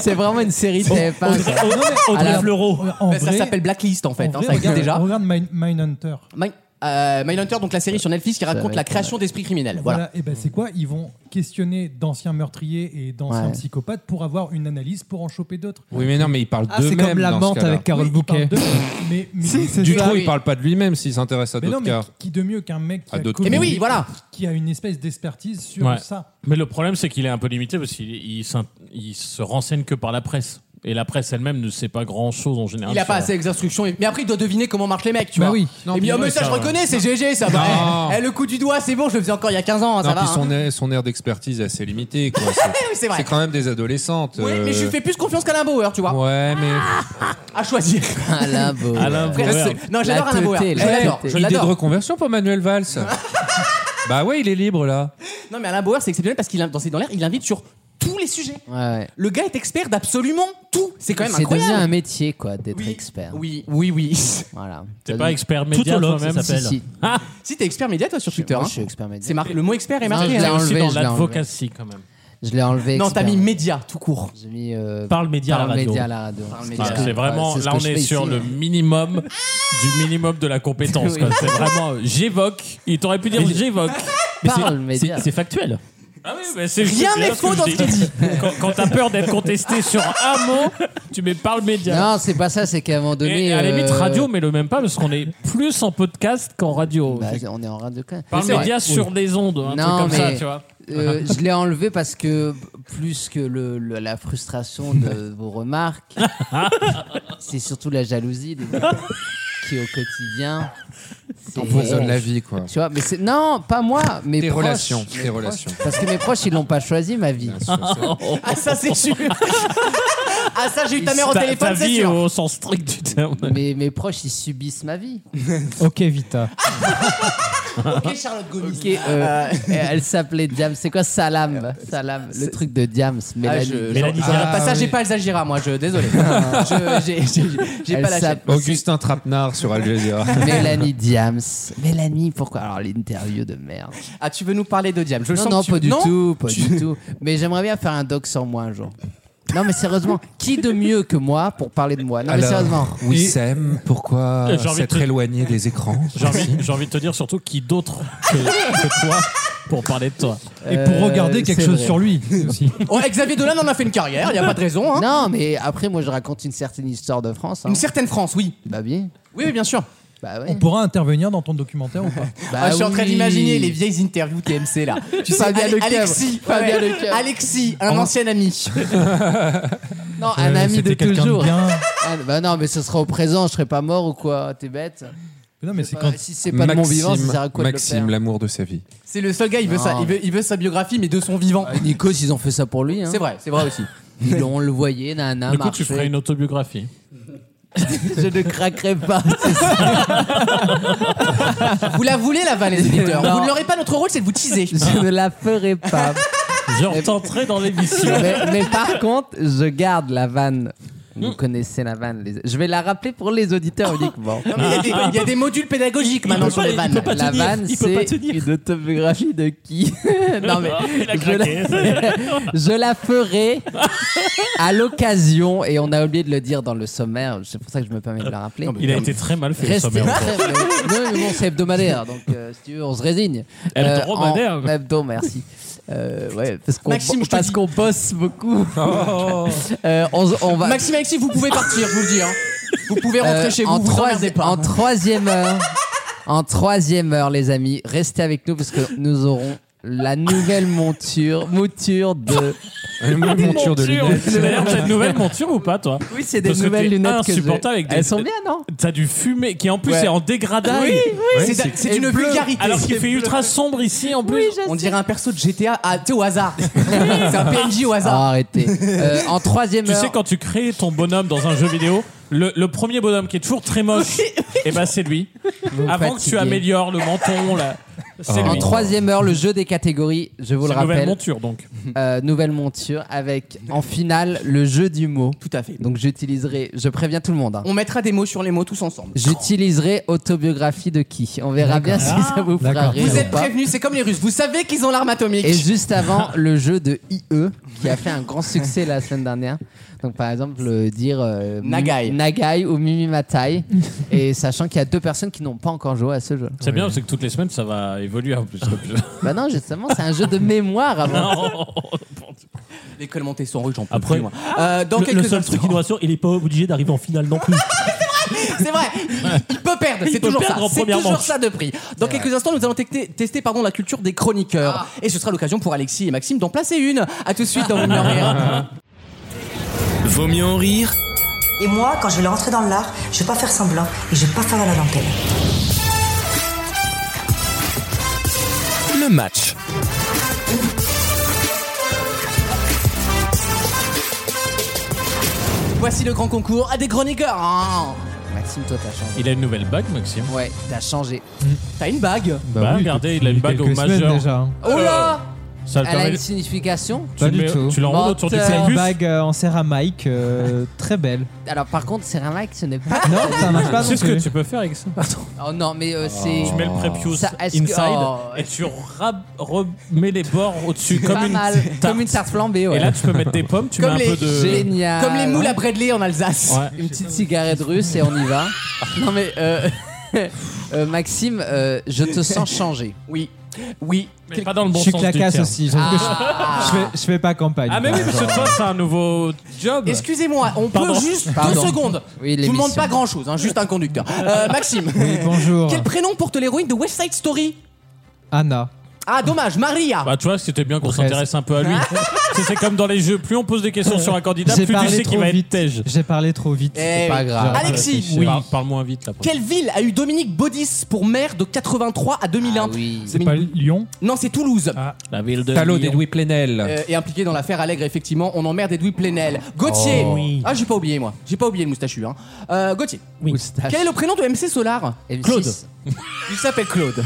Speaker 7: c'est vraiment une série TF1 ça.
Speaker 8: Audrey, Audrey
Speaker 7: Alors-
Speaker 8: Fleurot.
Speaker 4: En
Speaker 2: Bah, Ça
Speaker 4: vrai-
Speaker 2: s'appelle Blacklist, en fait.
Speaker 4: en
Speaker 2: hein,
Speaker 4: vrai,
Speaker 2: ça existe
Speaker 4: regarde,
Speaker 2: déjà.
Speaker 4: regarde Mine- Mindhunter.
Speaker 2: Mike- euh, Mindhunter, donc la série sur Netflix qui raconte la création d'esprits criminels. Voilà.
Speaker 4: Voilà. Et ben c'est quoi Ils vont questionner d'anciens meurtriers et d'anciens
Speaker 7: Ouais.
Speaker 4: psychopathes pour avoir une analyse, pour en choper d'autres.
Speaker 5: Oui, mais non, mais il parle
Speaker 3: Ah, c'est
Speaker 5: d'eux-mêmes.
Speaker 3: comme la
Speaker 5: dans ce
Speaker 3: menthe
Speaker 5: cas-là.
Speaker 3: avec Carole
Speaker 4: Oui, ils
Speaker 3: Bouquet.
Speaker 4: parlent d'eux, mais, mais,
Speaker 5: Du
Speaker 2: Ah
Speaker 5: coup,
Speaker 2: oui.
Speaker 5: il parle pas de lui-même s'il s'intéresse à
Speaker 4: mais non,
Speaker 5: d'autres
Speaker 4: mais
Speaker 5: cas.
Speaker 4: qui- qui de mieux qu'un mec qui
Speaker 5: À
Speaker 4: a,
Speaker 5: d'autres
Speaker 4: connu-
Speaker 2: Et Eh mais oui, voilà.
Speaker 4: qui a une espèce d'expertise sur
Speaker 6: Ouais.
Speaker 4: ça
Speaker 6: Mais le problème, c'est qu'il est un peu limité parce qu'il il s'in- il se renseigne que par la presse. Et la presse elle-même ne sait pas grand-chose en général.
Speaker 2: Il a
Speaker 6: sur-
Speaker 2: pas assez d'instructions. et- Mais après, il doit deviner comment marchent les mecs, tu
Speaker 3: Bah
Speaker 2: vois.
Speaker 3: oui.
Speaker 5: Non,
Speaker 2: et
Speaker 5: puis
Speaker 2: puis, oh,
Speaker 5: ouais,
Speaker 2: mais ça,
Speaker 6: ça,
Speaker 2: je
Speaker 6: ouais.
Speaker 2: reconnais, c'est GG, ça va.
Speaker 5: Non.
Speaker 2: Eh, eh, le coup du doigt, c'est bon, je le faisais encore il y a 15 ans, hein, ça
Speaker 5: Non,
Speaker 2: va.
Speaker 5: puis
Speaker 2: hein.
Speaker 5: son air, son air d'expertise est assez limitée. quoi.
Speaker 2: Eh
Speaker 5: C'est-
Speaker 2: oui, c'est
Speaker 5: C'est
Speaker 2: vrai.
Speaker 5: quand même des adolescentes.
Speaker 2: Oui, mais je
Speaker 5: euh,
Speaker 2: lui fais plus confiance qu'Alain Bauer, tu vois.
Speaker 5: Ouais, mais
Speaker 2: À choisir.
Speaker 7: Alain Beau.
Speaker 6: Alain
Speaker 2: Frère,
Speaker 6: Bauer.
Speaker 2: c'est- Non, j'adore Alain Bauer.
Speaker 7: teuté,
Speaker 2: Je
Speaker 7: la
Speaker 2: l'adore.
Speaker 7: teuté.
Speaker 2: Je
Speaker 5: Idée de
Speaker 2: l'adore.
Speaker 5: reconversion pour Manuel Valls. bah ouais, il est libre là.
Speaker 2: Non, mais Alain Bauer, c'est exceptionnel parce qu'il a- dans C'est dans l'air, il invite sur tous les sujets.
Speaker 7: Ouais, ouais.
Speaker 2: Le gars est expert d'absolument tout. C'est quand même
Speaker 7: C'est devenu
Speaker 2: incroyable.
Speaker 7: un métier, quoi, d'être
Speaker 2: Oui,
Speaker 7: expert.
Speaker 2: Oui, oui, oui.
Speaker 7: Voilà.
Speaker 6: T'es
Speaker 7: Ça
Speaker 6: pas
Speaker 7: dit-
Speaker 6: expert média
Speaker 8: Toutologue, ça
Speaker 6: toi-même
Speaker 7: Si,
Speaker 8: s'appelle.
Speaker 7: si.
Speaker 2: si t'es expert média, toi, sur Twitter.
Speaker 7: Moi,
Speaker 2: hein.
Speaker 7: je suis expert média.
Speaker 2: C'est marqué- Le mot expert est
Speaker 7: Non,
Speaker 2: marqué.
Speaker 7: je l'ai
Speaker 2: hein.
Speaker 7: enlevé,
Speaker 6: C'est dans
Speaker 7: je l'ai enlevé.
Speaker 6: l'advocacy quand même.
Speaker 7: Je l'ai enlevé.
Speaker 2: Non, t'as
Speaker 7: expert.
Speaker 2: mis média tout court.
Speaker 7: J'ai mis. euh,
Speaker 8: Parle média à la
Speaker 7: Parle
Speaker 8: radio.
Speaker 7: média à la radio.
Speaker 2: Parle média.
Speaker 6: Ah,
Speaker 7: Parce que-
Speaker 6: c'est vraiment,
Speaker 7: ouais, c'est ce
Speaker 6: là
Speaker 7: que
Speaker 6: on
Speaker 7: je
Speaker 6: est
Speaker 7: fais
Speaker 6: sur
Speaker 7: ici.
Speaker 6: le minimum du minimum de la compétence. quoi. C'est vraiment, j'évoque. Il t'aurait pu dire j'évoque.
Speaker 8: Mais c'est-
Speaker 7: Parle média.
Speaker 8: c'est- C'est factuel.
Speaker 6: Ah oui, mais c'est
Speaker 2: Rien
Speaker 6: c'est
Speaker 2: n'est
Speaker 6: bien
Speaker 2: faux
Speaker 6: que
Speaker 2: dans
Speaker 6: je
Speaker 2: ce qu'il
Speaker 6: dis. Quand, quand t'as peur d'être contesté sur un mot, tu mets parle média.
Speaker 7: Non, c'est pas ça, c'est qu'à un moment donné.
Speaker 6: Et à la limite,
Speaker 7: euh,
Speaker 6: radio, mais le même pas, parce qu'on est plus en podcast qu'en radio.
Speaker 7: bah, on est en radio quand même.
Speaker 6: Parle
Speaker 7: Oui, c'est vrai.
Speaker 6: média sur des ondes, un truc
Speaker 7: Non,
Speaker 6: comme ça,
Speaker 7: mais-
Speaker 6: tu vois.
Speaker 7: Euh, je l'ai enlevé parce que plus que le, le- la frustration de vos remarques, c'est surtout la jalousie des gens qui au quotidien c'est-
Speaker 5: Empoisonne la vie, quoi.
Speaker 7: Tu vois, mais c'est non, pas moi, mais
Speaker 5: Tes relations,
Speaker 7: mes
Speaker 5: tes
Speaker 7: proches.
Speaker 5: relations.
Speaker 7: Parce que mes proches, ils l'ont pas choisi ma vie.
Speaker 5: Bien sûr, c'est-
Speaker 2: Ah, ça, c'est sûr. Ah, ça, j'ai eu ta oh. mère au
Speaker 6: Ta- ta
Speaker 2: téléphone, c'est
Speaker 6: vie
Speaker 2: sûr.
Speaker 6: au sens strict du terme.
Speaker 7: Mes, mes proches, ils subissent ma vie.
Speaker 3: Ok, Vita.
Speaker 2: Ok, Charlotte Gomis.
Speaker 7: Ok, euh,
Speaker 2: Ah,
Speaker 7: elle s'appelait Diams. C'est quoi Salam Salam, le truc de Diams. Mélanie.
Speaker 6: Mélanie
Speaker 2: Ah,
Speaker 6: Diaz.
Speaker 2: pas ça,
Speaker 5: oui.
Speaker 2: j'ai pas Elsa Gira, moi, je, désolé. Je- j'ai- j'ai- J'ai
Speaker 7: Elle
Speaker 2: pas la chaîne.
Speaker 7: s'appelle-
Speaker 5: Augustin Trapenard sur Al Jazeera.
Speaker 7: Mélanie Diams. Mélanie, pourquoi Alors, l'interview de merde.
Speaker 2: Ah, tu veux nous parler de Diam Je
Speaker 7: non,
Speaker 2: sens
Speaker 7: non,
Speaker 2: que tu-
Speaker 7: pas du
Speaker 2: Non
Speaker 7: tout, pas du tout. Mais j'aimerais bien faire un doc sans moi un jour. Non, mais sérieusement, qui de mieux que moi pour parler de moi Non, mais
Speaker 5: Alors,
Speaker 7: sérieusement.
Speaker 5: Wissem, pourquoi
Speaker 6: J'ai envie de
Speaker 5: s'être
Speaker 6: te-
Speaker 5: éloigné des écrans
Speaker 6: J'ai envie, j'ai envie de te dire surtout qui d'autre que, que toi pour parler de toi.
Speaker 4: et pour regarder quelque
Speaker 7: c'est
Speaker 4: chose
Speaker 7: vrai.
Speaker 4: sur lui. aussi.
Speaker 2: Oh, Xavier Dolan en a fait une carrière, il a pas de raison. hein.
Speaker 7: Non, mais après, moi, je raconte une certaine histoire de France. Hein.
Speaker 2: Une certaine France, oui.
Speaker 7: Bah bien.
Speaker 2: Oui, oui, bien sûr.
Speaker 7: Bah
Speaker 4: On
Speaker 7: ouais.
Speaker 4: pourra intervenir dans ton documentaire ou pas
Speaker 7: Bah
Speaker 2: Ah, je suis en train
Speaker 7: oui.
Speaker 2: d'imaginer les vieilles interviews TMC là. Tu sais,
Speaker 7: Fabien
Speaker 2: Ale-
Speaker 7: Lecam.
Speaker 2: Alexis,
Speaker 7: Fabien
Speaker 2: ouais.
Speaker 7: Lecam.
Speaker 2: Alexis, un ancien ami.
Speaker 7: Non, un
Speaker 4: Euh,
Speaker 7: ami de
Speaker 4: c'était quelqu'un
Speaker 7: toujours.
Speaker 4: bien.
Speaker 7: Ah, bah non, mais ce sera au présent, je serai pas mort ou quoi T'es bête
Speaker 4: Non, mais c'est
Speaker 7: Bah,
Speaker 4: quand
Speaker 7: Si c'est pas de mon vivant, ça sert à quoi
Speaker 5: Maxime,
Speaker 7: de le
Speaker 5: l'amour de sa vie.
Speaker 2: C'est le seul gars, il veut,
Speaker 7: Non.
Speaker 2: sa, il, veut, il veut sa biographie, mais de son vivant.
Speaker 7: faire Nikos, ils ont fait ça pour lui. Hein.
Speaker 2: C'est vrai, c'est vrai aussi.
Speaker 7: Ils l'ont- on le voyait, nana,
Speaker 6: Du coup, tu
Speaker 7: marchait.
Speaker 6: ferais une autobiographie.
Speaker 7: Je ne craquerai pas. c'est ça.
Speaker 2: Vous la voulez la vanne, les éditeurs.
Speaker 7: Non.
Speaker 2: Vous ne l'aurez pas, notre rôle c'est de vous teaser.
Speaker 7: Je ne la ferai pas. Eh ben,
Speaker 6: Je retenterai dans l'émission.
Speaker 7: mais, mais par contre, je garde la vanne. Vous connaissez la vanne. les- Je vais la rappeler pour les auditeurs uniquement.
Speaker 2: Non, mais il y a des- il y, a des modules pédagogiques maintenant sur les vannes.
Speaker 7: La vanne, c'est une autobiographie de qui Non mais je, la... je la ferai à l'occasion et on a oublié de le dire dans le sommaire. C'est pour ça que je me permets de le rappeler.
Speaker 6: Il a été très mal fait. le
Speaker 7: Restez
Speaker 6: sommaire, encore.
Speaker 7: très- Non, mais bon, c'est hebdomadaire, donc euh, si tu veux, on se résigne.
Speaker 6: Hebdomadaire.
Speaker 7: en hebdo, merci. Euh, ouais, parce qu'on
Speaker 2: Maxime, je te
Speaker 7: parce
Speaker 2: dis-
Speaker 7: qu'on bosse beaucoup. Euh, on, on va.
Speaker 2: Maxime Alexis, vous pouvez partir, je vous le dis. hein. Vous pouvez rentrer
Speaker 7: Euh,
Speaker 2: chez vous,
Speaker 7: en,
Speaker 2: vous
Speaker 7: troisi-
Speaker 2: emmerdez pas.
Speaker 7: en troisième heure, en troisième heure, les amis, restez avec nous parce que nous aurons la nouvelle monture, mouture de.
Speaker 5: Une monture de
Speaker 6: Monture.
Speaker 5: lunettes.
Speaker 6: D'ailleurs, t'as une nouvelle monture ou pas, toi
Speaker 7: Oui, c'est des
Speaker 6: Parce que
Speaker 7: nouvelles
Speaker 6: t'es
Speaker 7: lunettes que je...
Speaker 6: insupportable avec des-
Speaker 7: Elles sont bien, non
Speaker 6: T'as du fumé qui en plus
Speaker 2: Ouais.
Speaker 6: est en dégradé.
Speaker 2: C'est- c'est une vulgarité.
Speaker 6: Alors qu'il fait ultra sombre ici en plus.
Speaker 2: On dirait un perso de GTA ah, tu sais, au hasard. c'est un PNJ au
Speaker 7: Oh,
Speaker 2: hasard.
Speaker 7: arrêtez. Euh, en troisième
Speaker 6: Tu
Speaker 7: heure.
Speaker 6: sais, quand tu crées ton bonhomme dans un jeu vidéo, le, le premier bonhomme qui est toujours très moche, et ben c'est lui.
Speaker 7: vous
Speaker 6: Avant que
Speaker 7: fatiguez.
Speaker 6: tu améliores le menton, la, C'est
Speaker 7: En
Speaker 6: lui.
Speaker 7: troisième heure, le jeu des catégories, je vous le
Speaker 6: C'est une nouvelle
Speaker 7: rappelle.
Speaker 6: monture donc.
Speaker 7: euh, nouvelle monture avec en finale le jeu du mot.
Speaker 2: Tout à fait.
Speaker 7: Donc j'utiliserai, je préviens tout le monde.
Speaker 8: Ah.
Speaker 7: hein.
Speaker 2: On mettra des mots sur les mots tous ensemble.
Speaker 7: J'utiliserai autobiographie de qui On verra bien si ça vous fera
Speaker 3: D'accord.
Speaker 7: rire.
Speaker 2: Ah, Vous
Speaker 7: ou
Speaker 2: êtes
Speaker 7: pas.
Speaker 2: prévenus, c'est comme les Russes. Vous savez qu'ils ont l'arme atomique.
Speaker 7: Et juste avant, le jeu de IE qui a fait un grand succès la semaine dernière. Donc par exemple, euh, dire euh,
Speaker 2: Nagai.
Speaker 7: Mimi- Nagai ou Mimi Matai. Et sachant qu'il y a deux personnes qui n'ont pas encore joué à ce jeu.
Speaker 6: C'est bien, c'est que toutes les semaines ça va évoluer en plus. comme jeu.
Speaker 7: Bah non, justement, c'est un jeu de mémoire avant.
Speaker 2: L'école Montessori, j'en peux
Speaker 8: Après-
Speaker 2: plus. moi. Euh, dans
Speaker 8: Le,
Speaker 2: quelques
Speaker 8: seul
Speaker 2: instants-
Speaker 8: truc qui nous rassure, il est pas obligé d'arriver en finale non plus.
Speaker 2: C'est vrai, il- il peut perdre, c'est
Speaker 8: peut
Speaker 2: toujours
Speaker 8: perdre
Speaker 2: ça.
Speaker 8: en
Speaker 2: C'est
Speaker 8: première
Speaker 2: toujours
Speaker 8: manche.
Speaker 2: ça de prix. Dans quelques instants, nous allons tecter- tester pardon, la culture des chroniqueurs. Et ce sera l'occasion pour Alexis et Maxime d'en placer une. À tout de suite dans Vaut mieux en rire.
Speaker 1: Vaut mieux en rire
Speaker 11: Et moi, quand je vais rentrer dans l'art, je vais pas faire semblant et je vais pas faire à la dentelle.
Speaker 1: le match.
Speaker 2: Voici le grand concours à des chroniqueurs. Ah,
Speaker 7: Maxime, toi, t'as changé.
Speaker 6: Il a une nouvelle bague, Maxime.
Speaker 7: Ouais, t'as changé.
Speaker 2: T'as une bague.
Speaker 6: Bah, regardez, il a une
Speaker 3: depuis
Speaker 6: bague au
Speaker 3: quelques semaines
Speaker 6: majeur.
Speaker 3: déjà. hein.
Speaker 7: Oh là
Speaker 6: Ça le
Speaker 7: Elle a
Speaker 6: permet-
Speaker 7: une signification
Speaker 6: tu
Speaker 3: Pas du
Speaker 6: mets-
Speaker 3: tout.
Speaker 6: Tu l'enroules autour du
Speaker 7: Menteur.
Speaker 3: Une
Speaker 6: focus.
Speaker 3: bague euh, en céramique, euh, très belle.
Speaker 7: Alors par contre, c'est un ce n'est pas.
Speaker 3: Non, ça marche pas.
Speaker 6: C'est
Speaker 3: non
Speaker 6: ce que
Speaker 3: plus.
Speaker 6: Bah, tu peux faire avec ça.
Speaker 7: Oh non, mais euh, c'est.
Speaker 6: Ah Tu mets le prepius
Speaker 7: Ça, est-ce que-
Speaker 6: inside
Speaker 7: oh.
Speaker 6: et tu rab- remets les bords au-dessus comme
Speaker 7: pas
Speaker 6: une
Speaker 7: mal,
Speaker 6: tarte.
Speaker 7: comme une tarte flambée, ouais.
Speaker 6: Et là, euh, tu peux mettre des pommes, tu
Speaker 2: Comme
Speaker 6: mets un
Speaker 2: les
Speaker 6: peu de.
Speaker 7: Génial.
Speaker 8: Ah,
Speaker 2: Comme les moules à Bradley en Alsace.
Speaker 6: Ouais.
Speaker 7: Une petite cigarette russe et on y va. Non mais euh, euh, Maxime, euh, je te sens changer.
Speaker 2: Oui, oui.
Speaker 6: Mais pas dans le bon
Speaker 3: je suis
Speaker 6: sens du
Speaker 3: claquasse
Speaker 6: terme.
Speaker 3: aussi. j'avoue que
Speaker 2: Ah.
Speaker 3: Je, je fais, je fais pas campagne.
Speaker 6: Ah, mais oui, parce que toi, c'est un nouveau job.
Speaker 2: Excusez-moi, on
Speaker 6: Pardon.
Speaker 2: peut juste
Speaker 7: Pardon.
Speaker 2: deux secondes.
Speaker 7: Oui,
Speaker 2: Je vous demande
Speaker 7: l'émission.
Speaker 2: pas grand-chose, hein, juste un conducteur. Euh, Maxime,
Speaker 3: Oui, bonjour.
Speaker 2: quel prénom porte l'héroïne de West Side Story
Speaker 3: Anna.
Speaker 2: Ah, dommage, Maria.
Speaker 6: Bah, tu vois, c'était bien qu'on
Speaker 3: Presque.
Speaker 6: s'intéresse un peu à lui. Tu sais, c'est comme dans les jeux, plus on pose des questions sur un candidat,
Speaker 3: J'ai
Speaker 6: plus tu
Speaker 3: parlé
Speaker 6: sais qu'il
Speaker 3: trop
Speaker 6: va être
Speaker 3: vite.
Speaker 6: tège.
Speaker 3: J'ai parlé trop vite.
Speaker 2: Eh
Speaker 7: Pas
Speaker 2: oui.
Speaker 7: grave.
Speaker 2: Alexis,
Speaker 3: Oui.
Speaker 6: Parle- Parle-moi vite là.
Speaker 2: Quelle ville a eu Dominique Baudis pour maire de 83 à 2001
Speaker 7: Ah oui.
Speaker 4: C'est pas Lyon
Speaker 2: Non, c'est
Speaker 7: Ah.
Speaker 2: Toulouse.
Speaker 6: La ville de.
Speaker 5: Talot d'Edoui Plenel.
Speaker 2: Euh, et impliqué dans l'affaire Allègre, effectivement, on emmerde Edoui Plenel. Gauthier
Speaker 7: Oh.
Speaker 2: Ah, j'ai pas oublié, moi. J'ai pas oublié le moustachu. Hein. Euh, Gauthier,
Speaker 7: Moustache.
Speaker 2: quel est le prénom de MC Solar
Speaker 7: M6.
Speaker 2: Claude. Il s'appelle Claude.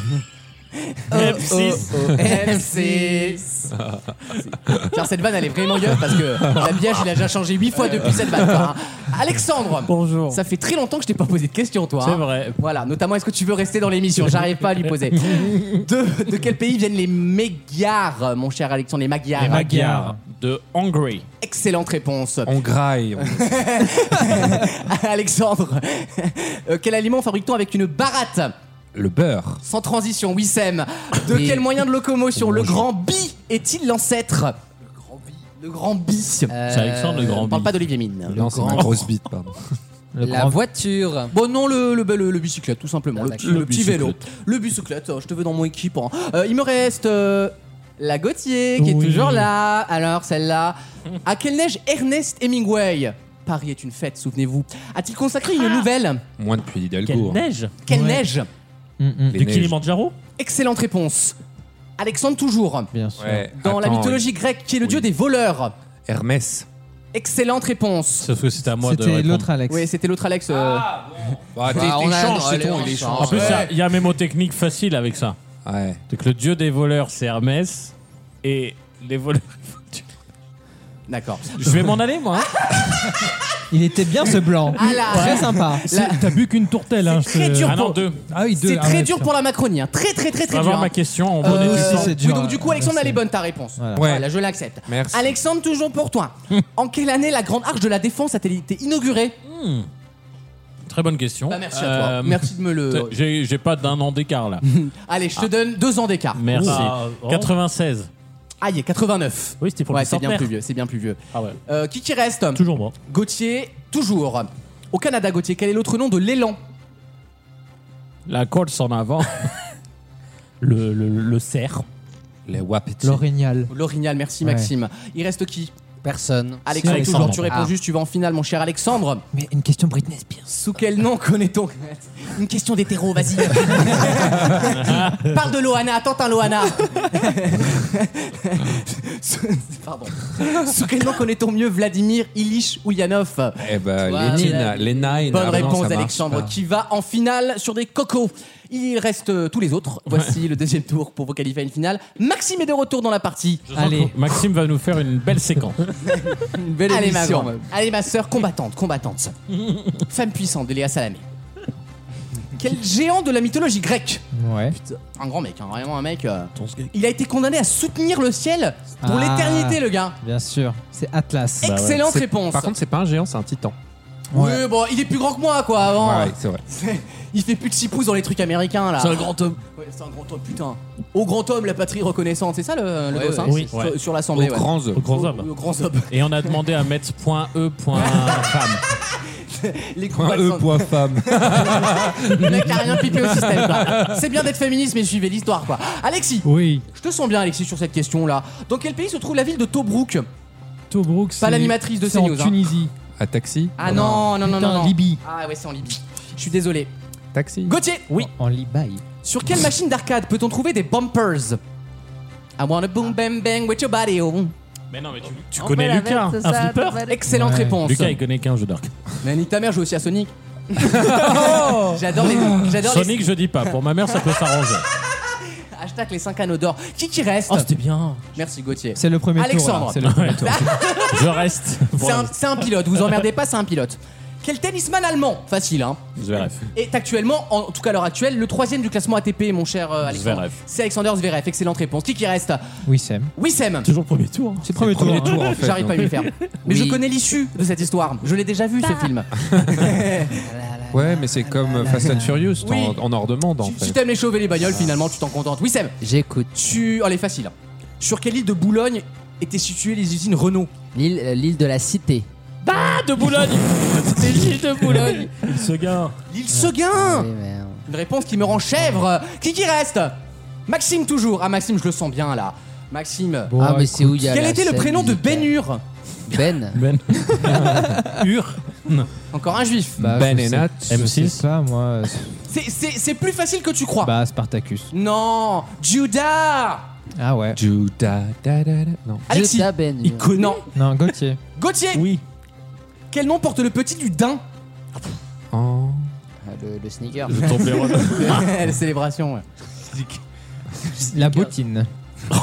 Speaker 2: Oh,
Speaker 6: F6.
Speaker 2: M6 Tiens, cette vanne, elle est vraiment gueule parce que l'habillage, il a déjà changé 8 fois depuis cette vanne. quoi, hein. Alexandre
Speaker 8: Bonjour.
Speaker 2: Ça fait très longtemps que je t'ai pas posé de questions, toi.
Speaker 6: C'est
Speaker 2: hein.
Speaker 6: vrai.
Speaker 2: Voilà, notamment est-ce que tu veux rester dans l'émission J'arrive pas à lui poser. De, de quel pays viennent les Magyars, mon cher Alexandre Les Magyars.
Speaker 3: Les Magyars.
Speaker 6: De Hongrie.
Speaker 2: Excellente réponse.
Speaker 5: On graille.
Speaker 2: Alexandre, euh, quel aliment fabrique-t-on avec une baratte
Speaker 5: Le beurre.
Speaker 2: Sans transition, Wissem. De
Speaker 7: Oui.
Speaker 2: quel moyen de locomotion le grand bi est-il l'ancêtre Le grand bi. Le grand bi.
Speaker 6: C'est Alexandre le
Speaker 2: On
Speaker 6: Grand.
Speaker 2: parle pas d'Olivier Mine.
Speaker 5: Non, c'est ma grosse bite, pardon.
Speaker 3: Le
Speaker 7: La
Speaker 3: grand-
Speaker 7: voiture.
Speaker 2: Bon non le, le, le, le bicyclette tout simplement,
Speaker 7: Ah,
Speaker 2: le,
Speaker 7: d'accord.
Speaker 2: le
Speaker 6: Le
Speaker 2: petit
Speaker 6: bicyclette.
Speaker 2: vélo. Le bicyclette, oh, je te veux dans mon équipement. Euh, il me reste euh, la Gauthier qui est toujours là. Alors celle-là. À quelle neige Ernest Hemingway Paris est une fête, souvenez-vous. A-t-il consacré une nouvelle
Speaker 5: Moins depuis Hidalgo.
Speaker 8: Quelle
Speaker 5: hein.
Speaker 8: neige
Speaker 2: Quelle
Speaker 3: Ouais.
Speaker 2: neige
Speaker 3: Hum, hum,
Speaker 5: Les
Speaker 8: Du
Speaker 5: neiges.
Speaker 8: Kilimanjaro
Speaker 2: Excellente réponse. Alexandre toujours.
Speaker 3: Bien sûr.
Speaker 5: Ouais,
Speaker 2: Dans la
Speaker 5: attends,
Speaker 2: mythologie grecque, qui est le
Speaker 5: Oui.
Speaker 2: dieu des voleurs.
Speaker 5: Hermès.
Speaker 2: Excellente réponse.
Speaker 6: Sauf que c'était à moi de.
Speaker 3: C'était
Speaker 6: répondre.
Speaker 3: l'autre Alex.
Speaker 2: Oui, c'était l'autre Alex. euh,
Speaker 5: Bah, t'es-
Speaker 7: Bah, on a-
Speaker 5: t'échanges,
Speaker 7: allez,
Speaker 5: c'est ton,
Speaker 7: on
Speaker 5: il est
Speaker 7: change.
Speaker 6: En plus, il y a-
Speaker 5: Ouais.
Speaker 6: il y, a un mémotechnique facile avec ça.
Speaker 5: Ouais.
Speaker 6: Donc le dieu des voleurs, c'est Hermès. Et les voleurs.
Speaker 2: D'accord.
Speaker 6: Je vais m'en aller, moi. hein.
Speaker 3: Il était bien ce blanc.
Speaker 2: Ah là.
Speaker 3: Très sympa.
Speaker 4: T'as bu qu'une tourtelle. hein,
Speaker 2: très
Speaker 4: je te-
Speaker 2: dur.
Speaker 6: Ah non, deux.
Speaker 4: Ah oui, deux.
Speaker 2: C'est
Speaker 4: Ah
Speaker 2: très
Speaker 4: ouais,
Speaker 2: dur
Speaker 4: tiens.
Speaker 2: pour la Macronie. hein. Très très très
Speaker 6: Je vais
Speaker 2: très dur.
Speaker 6: avoir
Speaker 2: hein.
Speaker 6: ma question en
Speaker 2: Euh,
Speaker 6: bonnet du
Speaker 3: aussi,
Speaker 6: sang.
Speaker 3: c'est
Speaker 2: oui,
Speaker 3: dur,
Speaker 2: donc du coup, Alexandre,
Speaker 3: ouais,
Speaker 2: elle est bonne ta réponse.
Speaker 3: Voilà.
Speaker 5: Ouais.
Speaker 2: Là, je l'accepte.
Speaker 5: Merci.
Speaker 2: Alexandre, toujours pour toi. en quelle année la grande arche de la défense a-t-elle été inaugurée
Speaker 6: Très bonne question.
Speaker 2: Bah, Merci à toi.
Speaker 6: Euh,
Speaker 2: Merci de me le.
Speaker 6: J'ai j'ai pas d'un an d'écart là.
Speaker 2: Allez, je te donne deux ans d'écart.
Speaker 6: Merci.
Speaker 8: Ah, oh.
Speaker 6: 96.
Speaker 2: Aïe, 89.
Speaker 8: Oui, c'était pour
Speaker 2: Ouais,
Speaker 8: le
Speaker 2: c'est bien
Speaker 8: centenaire.
Speaker 2: plus vieux. C'est bien plus vieux.
Speaker 8: Ah ouais.
Speaker 2: Euh, qui qui reste
Speaker 8: Toujours moi.
Speaker 2: Gauthier, toujours. Au Canada, Gauthier, quel est l'autre nom de l'élan
Speaker 6: La course en avant.
Speaker 8: Le, le, le cerf.
Speaker 5: Les wapitis.
Speaker 3: L'orignal.
Speaker 2: L'orignal, merci
Speaker 3: Ouais.
Speaker 2: Maxime. Il reste qui
Speaker 7: Personne.
Speaker 2: Alexandre,
Speaker 6: Alexandre.
Speaker 2: toujours, tu réponds
Speaker 7: Ah.
Speaker 2: juste, tu vas en finale, mon cher Alexandre.
Speaker 3: Mais une question Britney Spears.
Speaker 2: Sous quel nom connaît-on Une question d'hétéro, vas-y. Parle de Loana, tente un Loana. Sous- Pardon. Sous quel nom connaît-on mieux Vladimir Ilitch Ulyanov
Speaker 5: Eh ben,
Speaker 2: Voilà.
Speaker 5: Lénine, Lénine.
Speaker 2: Bonne
Speaker 5: ah non, ça
Speaker 2: réponse
Speaker 5: marche
Speaker 2: Alexandre
Speaker 5: pas.
Speaker 2: qui va en finale sur des cocos. Il reste euh, tous les autres. Voici le deuxième tour pour vous qualifier à une finale. Maxime est de retour dans la partie.
Speaker 6: Allez. Maxime va nous faire une belle séquence.
Speaker 2: Une belle Allez, ma
Speaker 6: émission,
Speaker 2: grande.
Speaker 6: même.
Speaker 2: Allez ma sœur combattante, combattante. Femme puissante de Léa Salamé. Quel géant de la mythologie grecque
Speaker 3: Ouais.
Speaker 2: Un grand mec, hein, vraiment un mec. euh, il a été condamné à soutenir le ciel pour
Speaker 3: Ah.
Speaker 2: l'éternité, le gars.
Speaker 3: Bien sûr, c'est Atlas.
Speaker 2: Bah ouais. Excellente
Speaker 5: C'est-
Speaker 2: réponse.
Speaker 5: Par contre, c'est pas un géant, c'est un titan.
Speaker 2: Oui, bon, il est plus grand que moi, quoi, avant.
Speaker 5: Ouais, ouais, c'est vrai.
Speaker 2: C'est- Il fait plus de 6 pouces dans les trucs américains là.
Speaker 6: C'est un grand
Speaker 2: homme. Ouais, c'est un grand homme, putain. Au grand homme, la patrie reconnaissante, c'est ça le, le
Speaker 6: Ouais,
Speaker 2: boss,
Speaker 6: ouais,
Speaker 2: hein
Speaker 6: oui.
Speaker 2: Sur,
Speaker 6: Ouais.
Speaker 2: sur l'assemblée.
Speaker 6: Aux
Speaker 2: ouais.
Speaker 5: E.
Speaker 6: grands hommes. Aux grands hommes.
Speaker 2: Aux grands hommes.
Speaker 6: Et on a demandé à e mettre.e.femme.
Speaker 2: Les
Speaker 5: Point E,
Speaker 2: combattants.
Speaker 5: point femme.
Speaker 2: Le mec a rien pipé au système. quoi. C'est bien d'être féministe, mais suivez l'histoire quoi. Alexis,
Speaker 4: Oui.
Speaker 2: je te sens bien, Alexis, sur cette question là. Dans quel pays se trouve la ville de Tobruk
Speaker 4: Tobruk, c'est.
Speaker 2: l'animatrice de
Speaker 4: c'est en
Speaker 2: CNews, hein.
Speaker 4: Tunisie.
Speaker 5: Un taxi
Speaker 2: Ah non, non, non,
Speaker 4: Putain,
Speaker 2: non. non.
Speaker 4: Libye.
Speaker 2: Ah ouais, c'est en Libye. Je suis désolé.
Speaker 5: Taxi
Speaker 2: Gauthier, oui.
Speaker 3: En Libaï.
Speaker 2: Sur quelle machine d'arcade peut-on trouver des bumpers I wanna boom bang bang with your body. oh.
Speaker 6: Mais non, mais tu, tu
Speaker 2: On
Speaker 6: connais
Speaker 2: peut la
Speaker 6: Lucas,
Speaker 2: mettre,
Speaker 6: un
Speaker 2: ça,
Speaker 6: flipper
Speaker 2: Excellente
Speaker 3: Ouais.
Speaker 2: réponse.
Speaker 6: Lucas, il connaît qu'un jeu d'arc.
Speaker 2: Mais ni ta mère joue aussi à Sonic. j'adore les, j'adore
Speaker 6: Sonic, je dis pas. Pour ma mère, ça peut s'arranger.
Speaker 2: les hashtag les 5 anneaux d'or. Qui qui reste
Speaker 8: Oh, c'était bien.
Speaker 2: Merci Gauthier.
Speaker 3: C'est le premier
Speaker 2: Alexandre.
Speaker 3: tour. là. C'est le premier tour.
Speaker 6: Je reste.
Speaker 2: C'est un, c'est un pilote, vous emmerdez pas, c'est un pilote. Quel tennisman allemand Facile, hein
Speaker 6: Zverev.
Speaker 2: Est actuellement, en tout cas à l'heure actuelle, le troisième du classement ATP, mon cher euh, Alexandre.
Speaker 6: Zverev.
Speaker 2: C'est Alexander Zverev, excellente réponse. Qui qui reste
Speaker 3: Wissem.
Speaker 2: Wissem.
Speaker 8: Toujours le premier tour.
Speaker 3: C'est le premier tour. hein.
Speaker 5: tour, en fait.
Speaker 2: J'arrive pas à lui faire. Mais
Speaker 7: Oui.
Speaker 2: je
Speaker 7: Ah,
Speaker 2: connais l'issue de cette histoire. Je l'ai déjà vu ce film.
Speaker 5: Ouais, mais c'est comme Fast and Furious, t'en-
Speaker 2: Oui.
Speaker 5: on en redemande en
Speaker 2: Si- Si
Speaker 7: bah.
Speaker 5: fait.
Speaker 2: t'aimes les chauves et les bagnoles, finalement, tu t'en contentes. Oui, Sam,
Speaker 7: J'écoute.
Speaker 2: tu. Oh, elle est facile. Sur quelle île de Boulogne étaient situées les usines Renault
Speaker 7: L'île euh, l'île de la cité.
Speaker 6: Ah, de Boulogne C'est Gilles de Boulogne
Speaker 8: Il se gare.
Speaker 2: L'île Seguin
Speaker 7: Oui, mais, euh,
Speaker 2: Une réponse qui me rend chèvre. Qui qui reste Maxime, toujours. Ah, Maxime, je le sens bien là. Maxime.
Speaker 3: Bon,
Speaker 7: ah, mais c'est où il y a
Speaker 2: Quel
Speaker 7: la
Speaker 2: était le
Speaker 7: scène
Speaker 2: prénom de
Speaker 7: musicale
Speaker 2: Ben Hur
Speaker 7: Ben.
Speaker 2: Encore un juif.
Speaker 3: Bah, je
Speaker 5: Ben
Speaker 3: sais-
Speaker 5: Enat.
Speaker 3: Je
Speaker 6: M6.
Speaker 3: sais pas, moi.
Speaker 2: C'est- C'est c'est plus facile que tu crois.
Speaker 3: Bah, Spartacus.
Speaker 2: Non Judas
Speaker 3: Ah ouais.
Speaker 5: Juda, da, da, da. Non.
Speaker 2: Alexis
Speaker 7: Judas Ben.
Speaker 6: Il connaît
Speaker 2: Non.
Speaker 3: Non, Gauthier.
Speaker 2: Gauthier
Speaker 6: Oui.
Speaker 2: Quel nom porte le petit du daim
Speaker 5: En-
Speaker 7: Ah, Le, le sneaker.
Speaker 6: Je tombe les
Speaker 2: La célébration, ouais.
Speaker 3: La bottine. hein.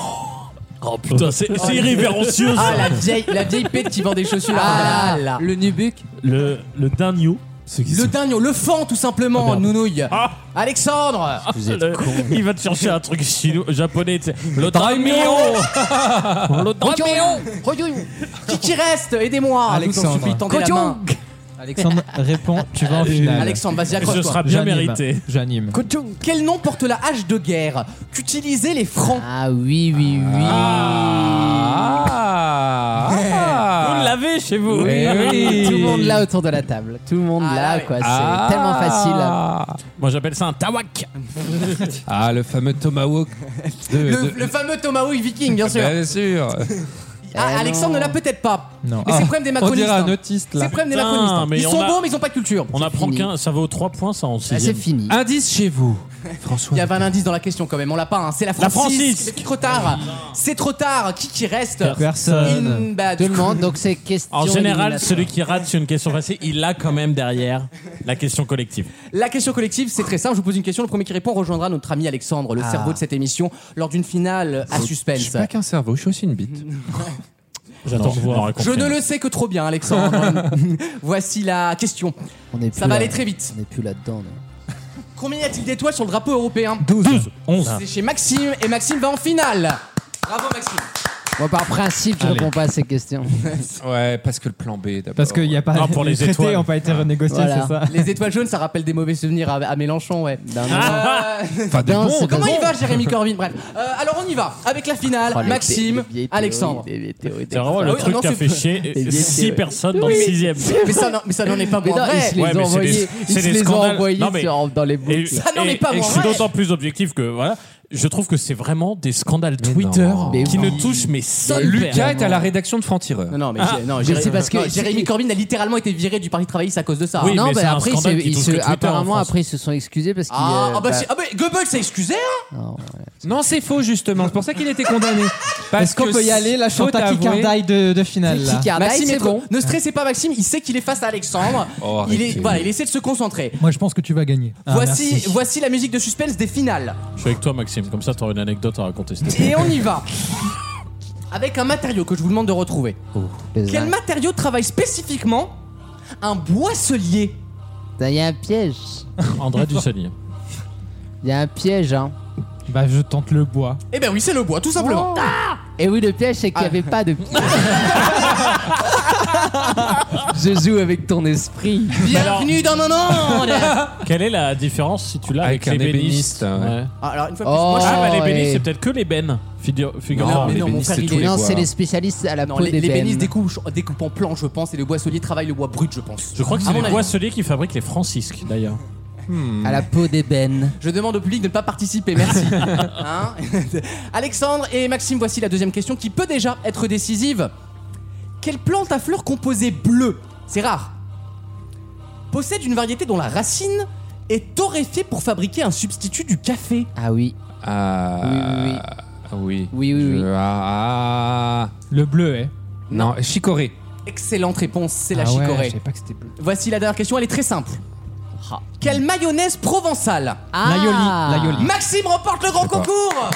Speaker 6: Oh putain, c'est c'est irrévérencieux
Speaker 2: Ah,
Speaker 6: ça.
Speaker 2: la vieille, la vieille pète qui vend des chaussures.
Speaker 7: Ah,
Speaker 2: Ah là là.
Speaker 7: Le nubuck.
Speaker 8: Le, le Dindio.
Speaker 2: Le dindon, le fan tout simplement,
Speaker 8: Ah, merde.
Speaker 2: nounouille.
Speaker 6: Ah.
Speaker 2: Alexandre
Speaker 6: Le- Il va te chercher un truc chino, japonais. tu sais. Le Daimyo Le Daimyo
Speaker 2: Qui qui reste Aidez-moi, Ah,
Speaker 7: Ah,
Speaker 2: Alexandre,
Speaker 3: Alexandre.
Speaker 2: supplie, tendez la main.
Speaker 3: Alexandre, réponds, tu vas en finale.
Speaker 2: Alexandre, vas-y,
Speaker 6: Ce
Speaker 2: accroche-toi.
Speaker 6: sera bien
Speaker 3: J'anime.
Speaker 6: mérité.
Speaker 3: J'anime.
Speaker 2: Quel nom porte la hache de guerre qu'utilisaient les francs
Speaker 7: Ah oui, oui, oui.
Speaker 5: Ah,
Speaker 6: Vous
Speaker 5: ah,
Speaker 6: l'avez chez vous
Speaker 5: Eh oui.
Speaker 7: Tout le monde là autour de la table. Tout le monde
Speaker 2: Ah,
Speaker 7: là,
Speaker 2: ouais.
Speaker 7: quoi. C'est
Speaker 5: Ah.
Speaker 7: tellement facile.
Speaker 6: Moi j'appelle ça un tawak.
Speaker 5: Ah, le fameux Tomahawk. de-
Speaker 2: le,
Speaker 5: de-
Speaker 2: le fameux Tomahawk viking, bien sûr.
Speaker 5: Bien sûr.
Speaker 2: Ah,
Speaker 7: Eh non.
Speaker 2: Alexandre ne l'a peut-être pas.
Speaker 3: Non.
Speaker 2: Mais c'est le problème des
Speaker 5: On
Speaker 2: macronistes.
Speaker 5: dirait un
Speaker 2: hein.
Speaker 5: autiste
Speaker 2: C'est
Speaker 5: là.
Speaker 2: le problème des
Speaker 6: Putain,
Speaker 2: macronistes. hein.
Speaker 6: mais
Speaker 2: Ils
Speaker 6: on
Speaker 2: sont
Speaker 6: a-
Speaker 2: beaux, mais ils ont pas de culture.
Speaker 6: On apprend
Speaker 7: fini.
Speaker 6: qu'un, ça vaut 3 points ça en
Speaker 7: Ah, c'est
Speaker 6: 6
Speaker 7: fini.
Speaker 5: Indice chez vous,
Speaker 2: Il
Speaker 5: François.
Speaker 2: y avait un indice dans la question quand même, on l'a pas. hein. C'est la Francis.
Speaker 6: Francis.
Speaker 2: C'est trop tard. C'est trop tard. Qui qui reste
Speaker 3: Personne.
Speaker 2: Une- bah,
Speaker 7: Tout
Speaker 2: du
Speaker 7: le
Speaker 2: coup-
Speaker 7: monde. Donc c'est question.
Speaker 6: En général,
Speaker 7: éliminatoire.
Speaker 6: celui qui rate sur une question facile, il a quand même derrière la question collective.
Speaker 2: La question collective, c'est très simple. Je vous pose une question. Le premier qui répond rejoindra notre ami Alexandre, le
Speaker 7: Ah.
Speaker 2: cerveau de cette émission, lors d'une finale à
Speaker 5: Je suis
Speaker 2: suspense.
Speaker 5: pas qu'un cerveau, je suis aussi une bite.
Speaker 6: J'attends de voir.
Speaker 2: Je ne le sais que trop bien, Alexandre. Voici la question.
Speaker 7: On est
Speaker 2: Ça
Speaker 7: plus
Speaker 2: va
Speaker 7: là-
Speaker 2: aller très vite.
Speaker 7: On n'est plus là-dedans. non.
Speaker 2: Combien y a-t-il d'étoiles sur le drapeau européen
Speaker 6: 12, 11.
Speaker 2: C'est chez Maxime et Maxime va en finale. Bravo Maxime.
Speaker 7: Moi, par principe, je
Speaker 3: Allez.
Speaker 7: réponds pas à ces questions.
Speaker 5: Ouais, parce que le plan B d'abord.
Speaker 3: Parce
Speaker 4: Oh,
Speaker 3: qu'il n'y a pas.
Speaker 6: Non, pour les
Speaker 3: traités
Speaker 6: étoiles.
Speaker 3: n'ont pas
Speaker 4: Ah.
Speaker 3: été renégociés,
Speaker 7: Voilà.
Speaker 3: c'est ça
Speaker 2: Les étoiles jaunes, ça rappelle des mauvais souvenirs à, à Mélenchon, ouais.
Speaker 7: Ah.
Speaker 2: Euh,
Speaker 5: Enfin, des
Speaker 7: Non,
Speaker 5: bons,
Speaker 7: c'est
Speaker 5: des
Speaker 2: Comment
Speaker 5: bons.
Speaker 2: il va, Jérémy Corbyn Bref. Euh, alors on y va avec la finale.
Speaker 7: Oh, les vieilles-
Speaker 2: Maxime,
Speaker 7: les vieilles théories,
Speaker 2: Alexandre.
Speaker 7: les vieilles théories des
Speaker 6: C'est vraiment
Speaker 7: femmes.
Speaker 6: le
Speaker 2: Ah oui,
Speaker 6: truc
Speaker 2: non,
Speaker 6: qui a
Speaker 2: c'est-
Speaker 6: fait chier
Speaker 7: vieilles théories.
Speaker 6: 6 personnes dans le 6ème.
Speaker 2: Mais ça, non- mais ça n'en est pas
Speaker 7: Mais
Speaker 2: bon.
Speaker 7: non, ils se les
Speaker 6: Ouais, mais
Speaker 7: ont
Speaker 6: c'est
Speaker 7: envoyés,
Speaker 6: des-
Speaker 7: ils
Speaker 6: c'est
Speaker 7: se
Speaker 6: des
Speaker 7: les ont
Speaker 6: scandales.
Speaker 7: envoyés
Speaker 6: Non, mais-
Speaker 7: sur- dans les boucles.
Speaker 2: Ça n'en est Ah pas
Speaker 6: et
Speaker 2: moins
Speaker 6: Je suis
Speaker 2: vrai.
Speaker 6: d'autant plus objectif que voilà. je trouve que c'est vraiment des scandales Twitter
Speaker 7: Mais
Speaker 6: qui
Speaker 7: oui.
Speaker 6: ne touchent mais seuls.
Speaker 5: Lucas est à la rédaction de Franc-Tireur.
Speaker 2: Non, non, mais,
Speaker 6: Ah.
Speaker 2: j'ai- non,
Speaker 6: Mais
Speaker 2: Jérémy-
Speaker 6: c'est parce que-
Speaker 2: non, Jérémy Corbyn a littéralement été viré du Parti travailliste à cause de ça.
Speaker 6: Oui,
Speaker 7: non,
Speaker 6: mais
Speaker 7: bah,
Speaker 6: c'est un
Speaker 7: après,
Speaker 6: scandale
Speaker 7: ils se-
Speaker 6: qui
Speaker 7: ils
Speaker 6: touche
Speaker 7: se-
Speaker 6: que Twitter en
Speaker 7: apparemment,
Speaker 6: France.
Speaker 7: après, ils se sont excusés parce qu'ils.
Speaker 2: Ah,
Speaker 7: euh,
Speaker 2: ah, bah,
Speaker 7: bah,
Speaker 2: c'est- ah, mais Goebbels s'est excusé, hein
Speaker 7: non, ouais.
Speaker 5: Non, c'est faux justement. C'est pour ça qu'il était condamné. Parce
Speaker 3: Est-ce qu'on
Speaker 5: que
Speaker 3: peut y aller La
Speaker 5: faut
Speaker 3: chantaki
Speaker 5: avouer-
Speaker 3: cardaille de, de finale.
Speaker 7: C'est
Speaker 3: là.
Speaker 7: qui qui a- Ah, bah,
Speaker 2: Maxime
Speaker 7: c'est
Speaker 2: est trop-
Speaker 7: bon.
Speaker 2: Ne stressez pas, Maxime, il sait qu'il est face à Alexandre.
Speaker 5: Oh,
Speaker 2: il, est,
Speaker 5: arrêtez.
Speaker 2: voilà, il essaie de se concentrer.
Speaker 4: Moi, je pense que tu vas gagner.
Speaker 7: Ah,
Speaker 3: Ah,
Speaker 2: voici, voici la musique de suspense des finales.
Speaker 6: Je suis avec toi, Maxime. Comme ça, tu une anecdote à raconter. cet été.
Speaker 2: Et on y va. Avec un matériau que je vous demande de retrouver.
Speaker 7: Les
Speaker 2: Quel
Speaker 7: uns-
Speaker 2: matériau travaille spécifiquement un boisselier
Speaker 7: Putain, Il y a un piège.
Speaker 6: André Dussalier.
Speaker 7: Il y a un piège, hein.
Speaker 3: Bah, je tente le bois.
Speaker 2: Eh ben oui, c'est le bois, tout simplement.
Speaker 7: Et oui, le piège, c'est qu'il
Speaker 2: Ah.
Speaker 7: n'y avait pas de piège. je joue avec ton esprit.
Speaker 2: Bienvenue dans mon monde
Speaker 6: Quelle est la différence si tu l'as avec,
Speaker 5: Avec un
Speaker 6: l'ébéniste
Speaker 5: ébéniste, ouais.
Speaker 2: Alors, une fois de plus,
Speaker 7: Oh,
Speaker 2: moi, je-
Speaker 6: Ah, bah, l'ébéniste,
Speaker 7: ouais.
Speaker 6: c'est peut-être que l'ébène. Figure-
Speaker 2: Non,
Speaker 6: Figure-toi.
Speaker 2: mais non, mon
Speaker 5: l'ébéniste,
Speaker 2: frère, il
Speaker 5: tous
Speaker 2: est-
Speaker 5: les
Speaker 7: non,
Speaker 5: bois.
Speaker 7: c'est les spécialistes à la
Speaker 2: Non,
Speaker 7: peau
Speaker 2: les,
Speaker 7: des
Speaker 2: les bénisses
Speaker 7: bénisses.
Speaker 2: découpent, découpent en plan, je pense, et le boisselier travaille le bois brut, je pense.
Speaker 6: Je crois que
Speaker 2: À
Speaker 6: c'est
Speaker 2: mon
Speaker 6: les
Speaker 2: avis.
Speaker 6: boisseliers qui fabriquent les francisques, d'ailleurs.
Speaker 7: À la peau d'ébène.
Speaker 2: Je demande au public de ne pas participer, merci. Hein Alexandre et Maxime, voici la deuxième question qui peut déjà être décisive. Quelle plante à fleurs composée bleue, c'est rare, possède une variété dont la racine est torréfiée pour fabriquer un substitut du café
Speaker 7: Ah oui.
Speaker 5: Ah oui.
Speaker 7: Oui, oui, oui.
Speaker 5: Je- ah, ah.
Speaker 3: Le bleu, hein.
Speaker 5: Non, chicorée.
Speaker 2: Excellente réponse, c'est la
Speaker 3: Ah ouais,
Speaker 2: chicorée.
Speaker 3: Je Ah. savais pas que c'était bleu.
Speaker 2: Voici la dernière question, elle est très simple. Quelle mayonnaise provençale
Speaker 7: Ah
Speaker 3: L'aioli, l'aioli.
Speaker 2: Maxime remporte le grand concours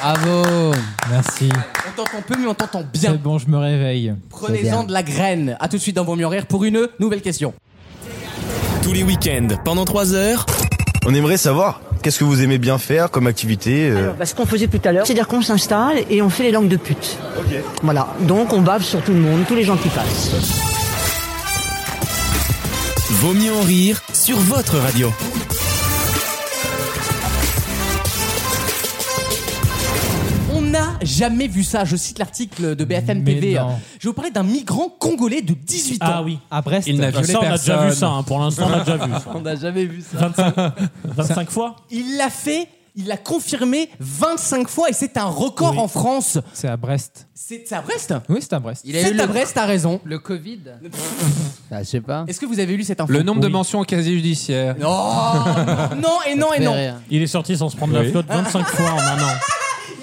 Speaker 7: Bravo.
Speaker 3: Merci.
Speaker 2: On t'entend peu, mais on t'entend bien.
Speaker 3: C'est bon, je me réveille.
Speaker 7: C'est
Speaker 2: Prenez-en
Speaker 7: bien.
Speaker 2: de la graine. À tout de suite dans Vaut mieux rire pour une nouvelle question.
Speaker 1: Tous les week-ends, pendant 3 heures,
Speaker 9: On aimerait savoir qu'est-ce que vous aimez bien faire comme activité euh,
Speaker 11: Alors, bah, ce qu'on faisait tout à l'heure, c'est-à-dire qu'on s'installe et on fait les langues de pute. Voilà, donc on bave sur tout le monde, tous les gens qui passent.
Speaker 1: Vaut mieux en rire sur votre radio.
Speaker 2: On n'a jamais vu ça. Je cite l'article de BFM
Speaker 3: Mais
Speaker 2: TV.
Speaker 3: non.
Speaker 2: Je vais vous parlais d'un migrant congolais de 18 ans.
Speaker 6: Ah oui.
Speaker 3: À Brest,
Speaker 5: Il n'a
Speaker 6: Ça,
Speaker 5: violé
Speaker 6: on a déjà vu
Speaker 5: personne.
Speaker 6: ça. hein. Pour l'instant, on a déjà vu ça.
Speaker 2: On n'a jamais vu ça.
Speaker 6: 25, 25 fois
Speaker 2: Il l'a fait. Il l'a confirmé 25 fois et c'est un record
Speaker 3: Oui.
Speaker 2: en France.
Speaker 3: c'est à Brest.
Speaker 2: C'est c'est à Brest
Speaker 3: Oui, c'est à Brest.
Speaker 7: Il a eu
Speaker 2: C'est à
Speaker 7: le,
Speaker 2: Brest, t'as raison.
Speaker 7: le Covid. Ah, je sais pas.
Speaker 2: Est-ce que vous avez lu cette info
Speaker 5: Le nombre de
Speaker 2: Oui.
Speaker 5: mentions au casier judiciaire.
Speaker 2: Non, non et non et
Speaker 7: Fait
Speaker 2: non.
Speaker 7: rire.
Speaker 6: Il est sorti sans se prendre la
Speaker 5: Oui.
Speaker 6: flotte 25 fois en un an.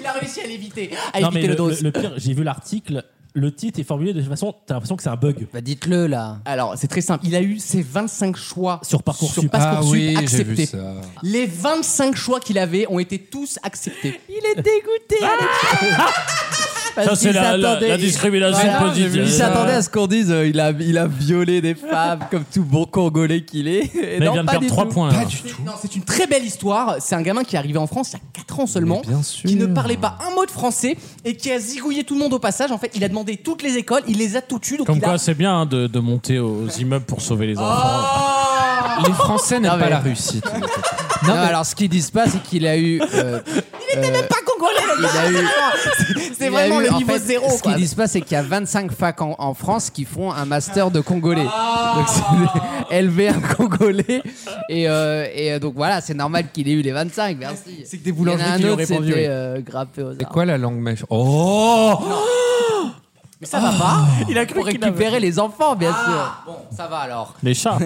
Speaker 2: Il a réussi à l'éviter, à
Speaker 8: Non, mais
Speaker 2: éviter
Speaker 8: le,
Speaker 2: le, dose.
Speaker 8: le- le pire, j'ai vu l'article, le titre est formulé de toute façon, t'as l'impression que c'est un bug.
Speaker 7: Bah dites-le là.
Speaker 2: Alors, c'est très simple. Il a eu ses 25 choix
Speaker 8: Sur Parcoursup.
Speaker 2: sur
Speaker 5: Ah
Speaker 2: Parcoursup
Speaker 5: oui, j'ai vu
Speaker 2: acceptés.
Speaker 5: ça.
Speaker 2: Les 25 choix qu'il avait ont été tous acceptés. Ah,
Speaker 7: Il est dégoûté.
Speaker 6: Ça, c'est la, la- la discrimination positive. Euh,
Speaker 7: Il s'attendait à ce qu'on dise euh, il, a, il a violé des femmes comme tout bon Congolais qu'il est. Et
Speaker 6: Là,
Speaker 7: non,
Speaker 6: il vient de
Speaker 7: pas
Speaker 6: perdre
Speaker 7: du
Speaker 6: 3
Speaker 7: tout.
Speaker 6: points. là.
Speaker 2: C'est- Non, c'est une très belle histoire. C'est un gamin qui est arrivé en France il y a 4 ans seulement,
Speaker 5: bien sûr.
Speaker 2: qui ne parlait pas un mot de français et qui a zigouillé tout le monde au passage. En fait, il a demandé toutes les écoles, il les a toutes tues. Donc
Speaker 6: Comme
Speaker 2: il
Speaker 6: quoi,
Speaker 2: a...
Speaker 6: c'est bien hein, de, de monter aux immeubles pour sauver les enfants.
Speaker 2: Oh
Speaker 5: Les Français n'aiment
Speaker 7: Non, mais-
Speaker 5: pas la Russie.
Speaker 7: Non, alors ce qu'ils disent pas, c'est qu'il a eu. euh,
Speaker 2: pas congolais, le
Speaker 7: il a eu.
Speaker 2: gars. C'est
Speaker 7: il a
Speaker 2: vraiment
Speaker 7: eu,
Speaker 2: le
Speaker 7: en
Speaker 2: niveau
Speaker 7: fait,
Speaker 2: zéro.
Speaker 7: Ce
Speaker 2: quoi.
Speaker 7: qu'ils disent pas, c'est qu'il y a 25 facs en, en France qui font un master de Congolais.
Speaker 2: Ah.
Speaker 7: donc c'est élever un Congolais. Et, euh, et euh, donc voilà, c'est normal qu'il ait eu les 25, merci.
Speaker 2: C'est que des
Speaker 7: Il y en
Speaker 2: boulangers
Speaker 7: a
Speaker 2: qui
Speaker 7: un
Speaker 2: lui ont
Speaker 7: autre,
Speaker 2: répondu. oui.
Speaker 7: c'était euh, grappé aux
Speaker 5: C'est
Speaker 7: arbres.
Speaker 5: quoi la langue mèche Oh
Speaker 2: Mais ça va
Speaker 7: Ah.
Speaker 2: pas.
Speaker 6: Il a cru
Speaker 7: Pour récupérer les enfants, bien sûr.
Speaker 2: Ah, bon, ça va alors.
Speaker 6: Les chats.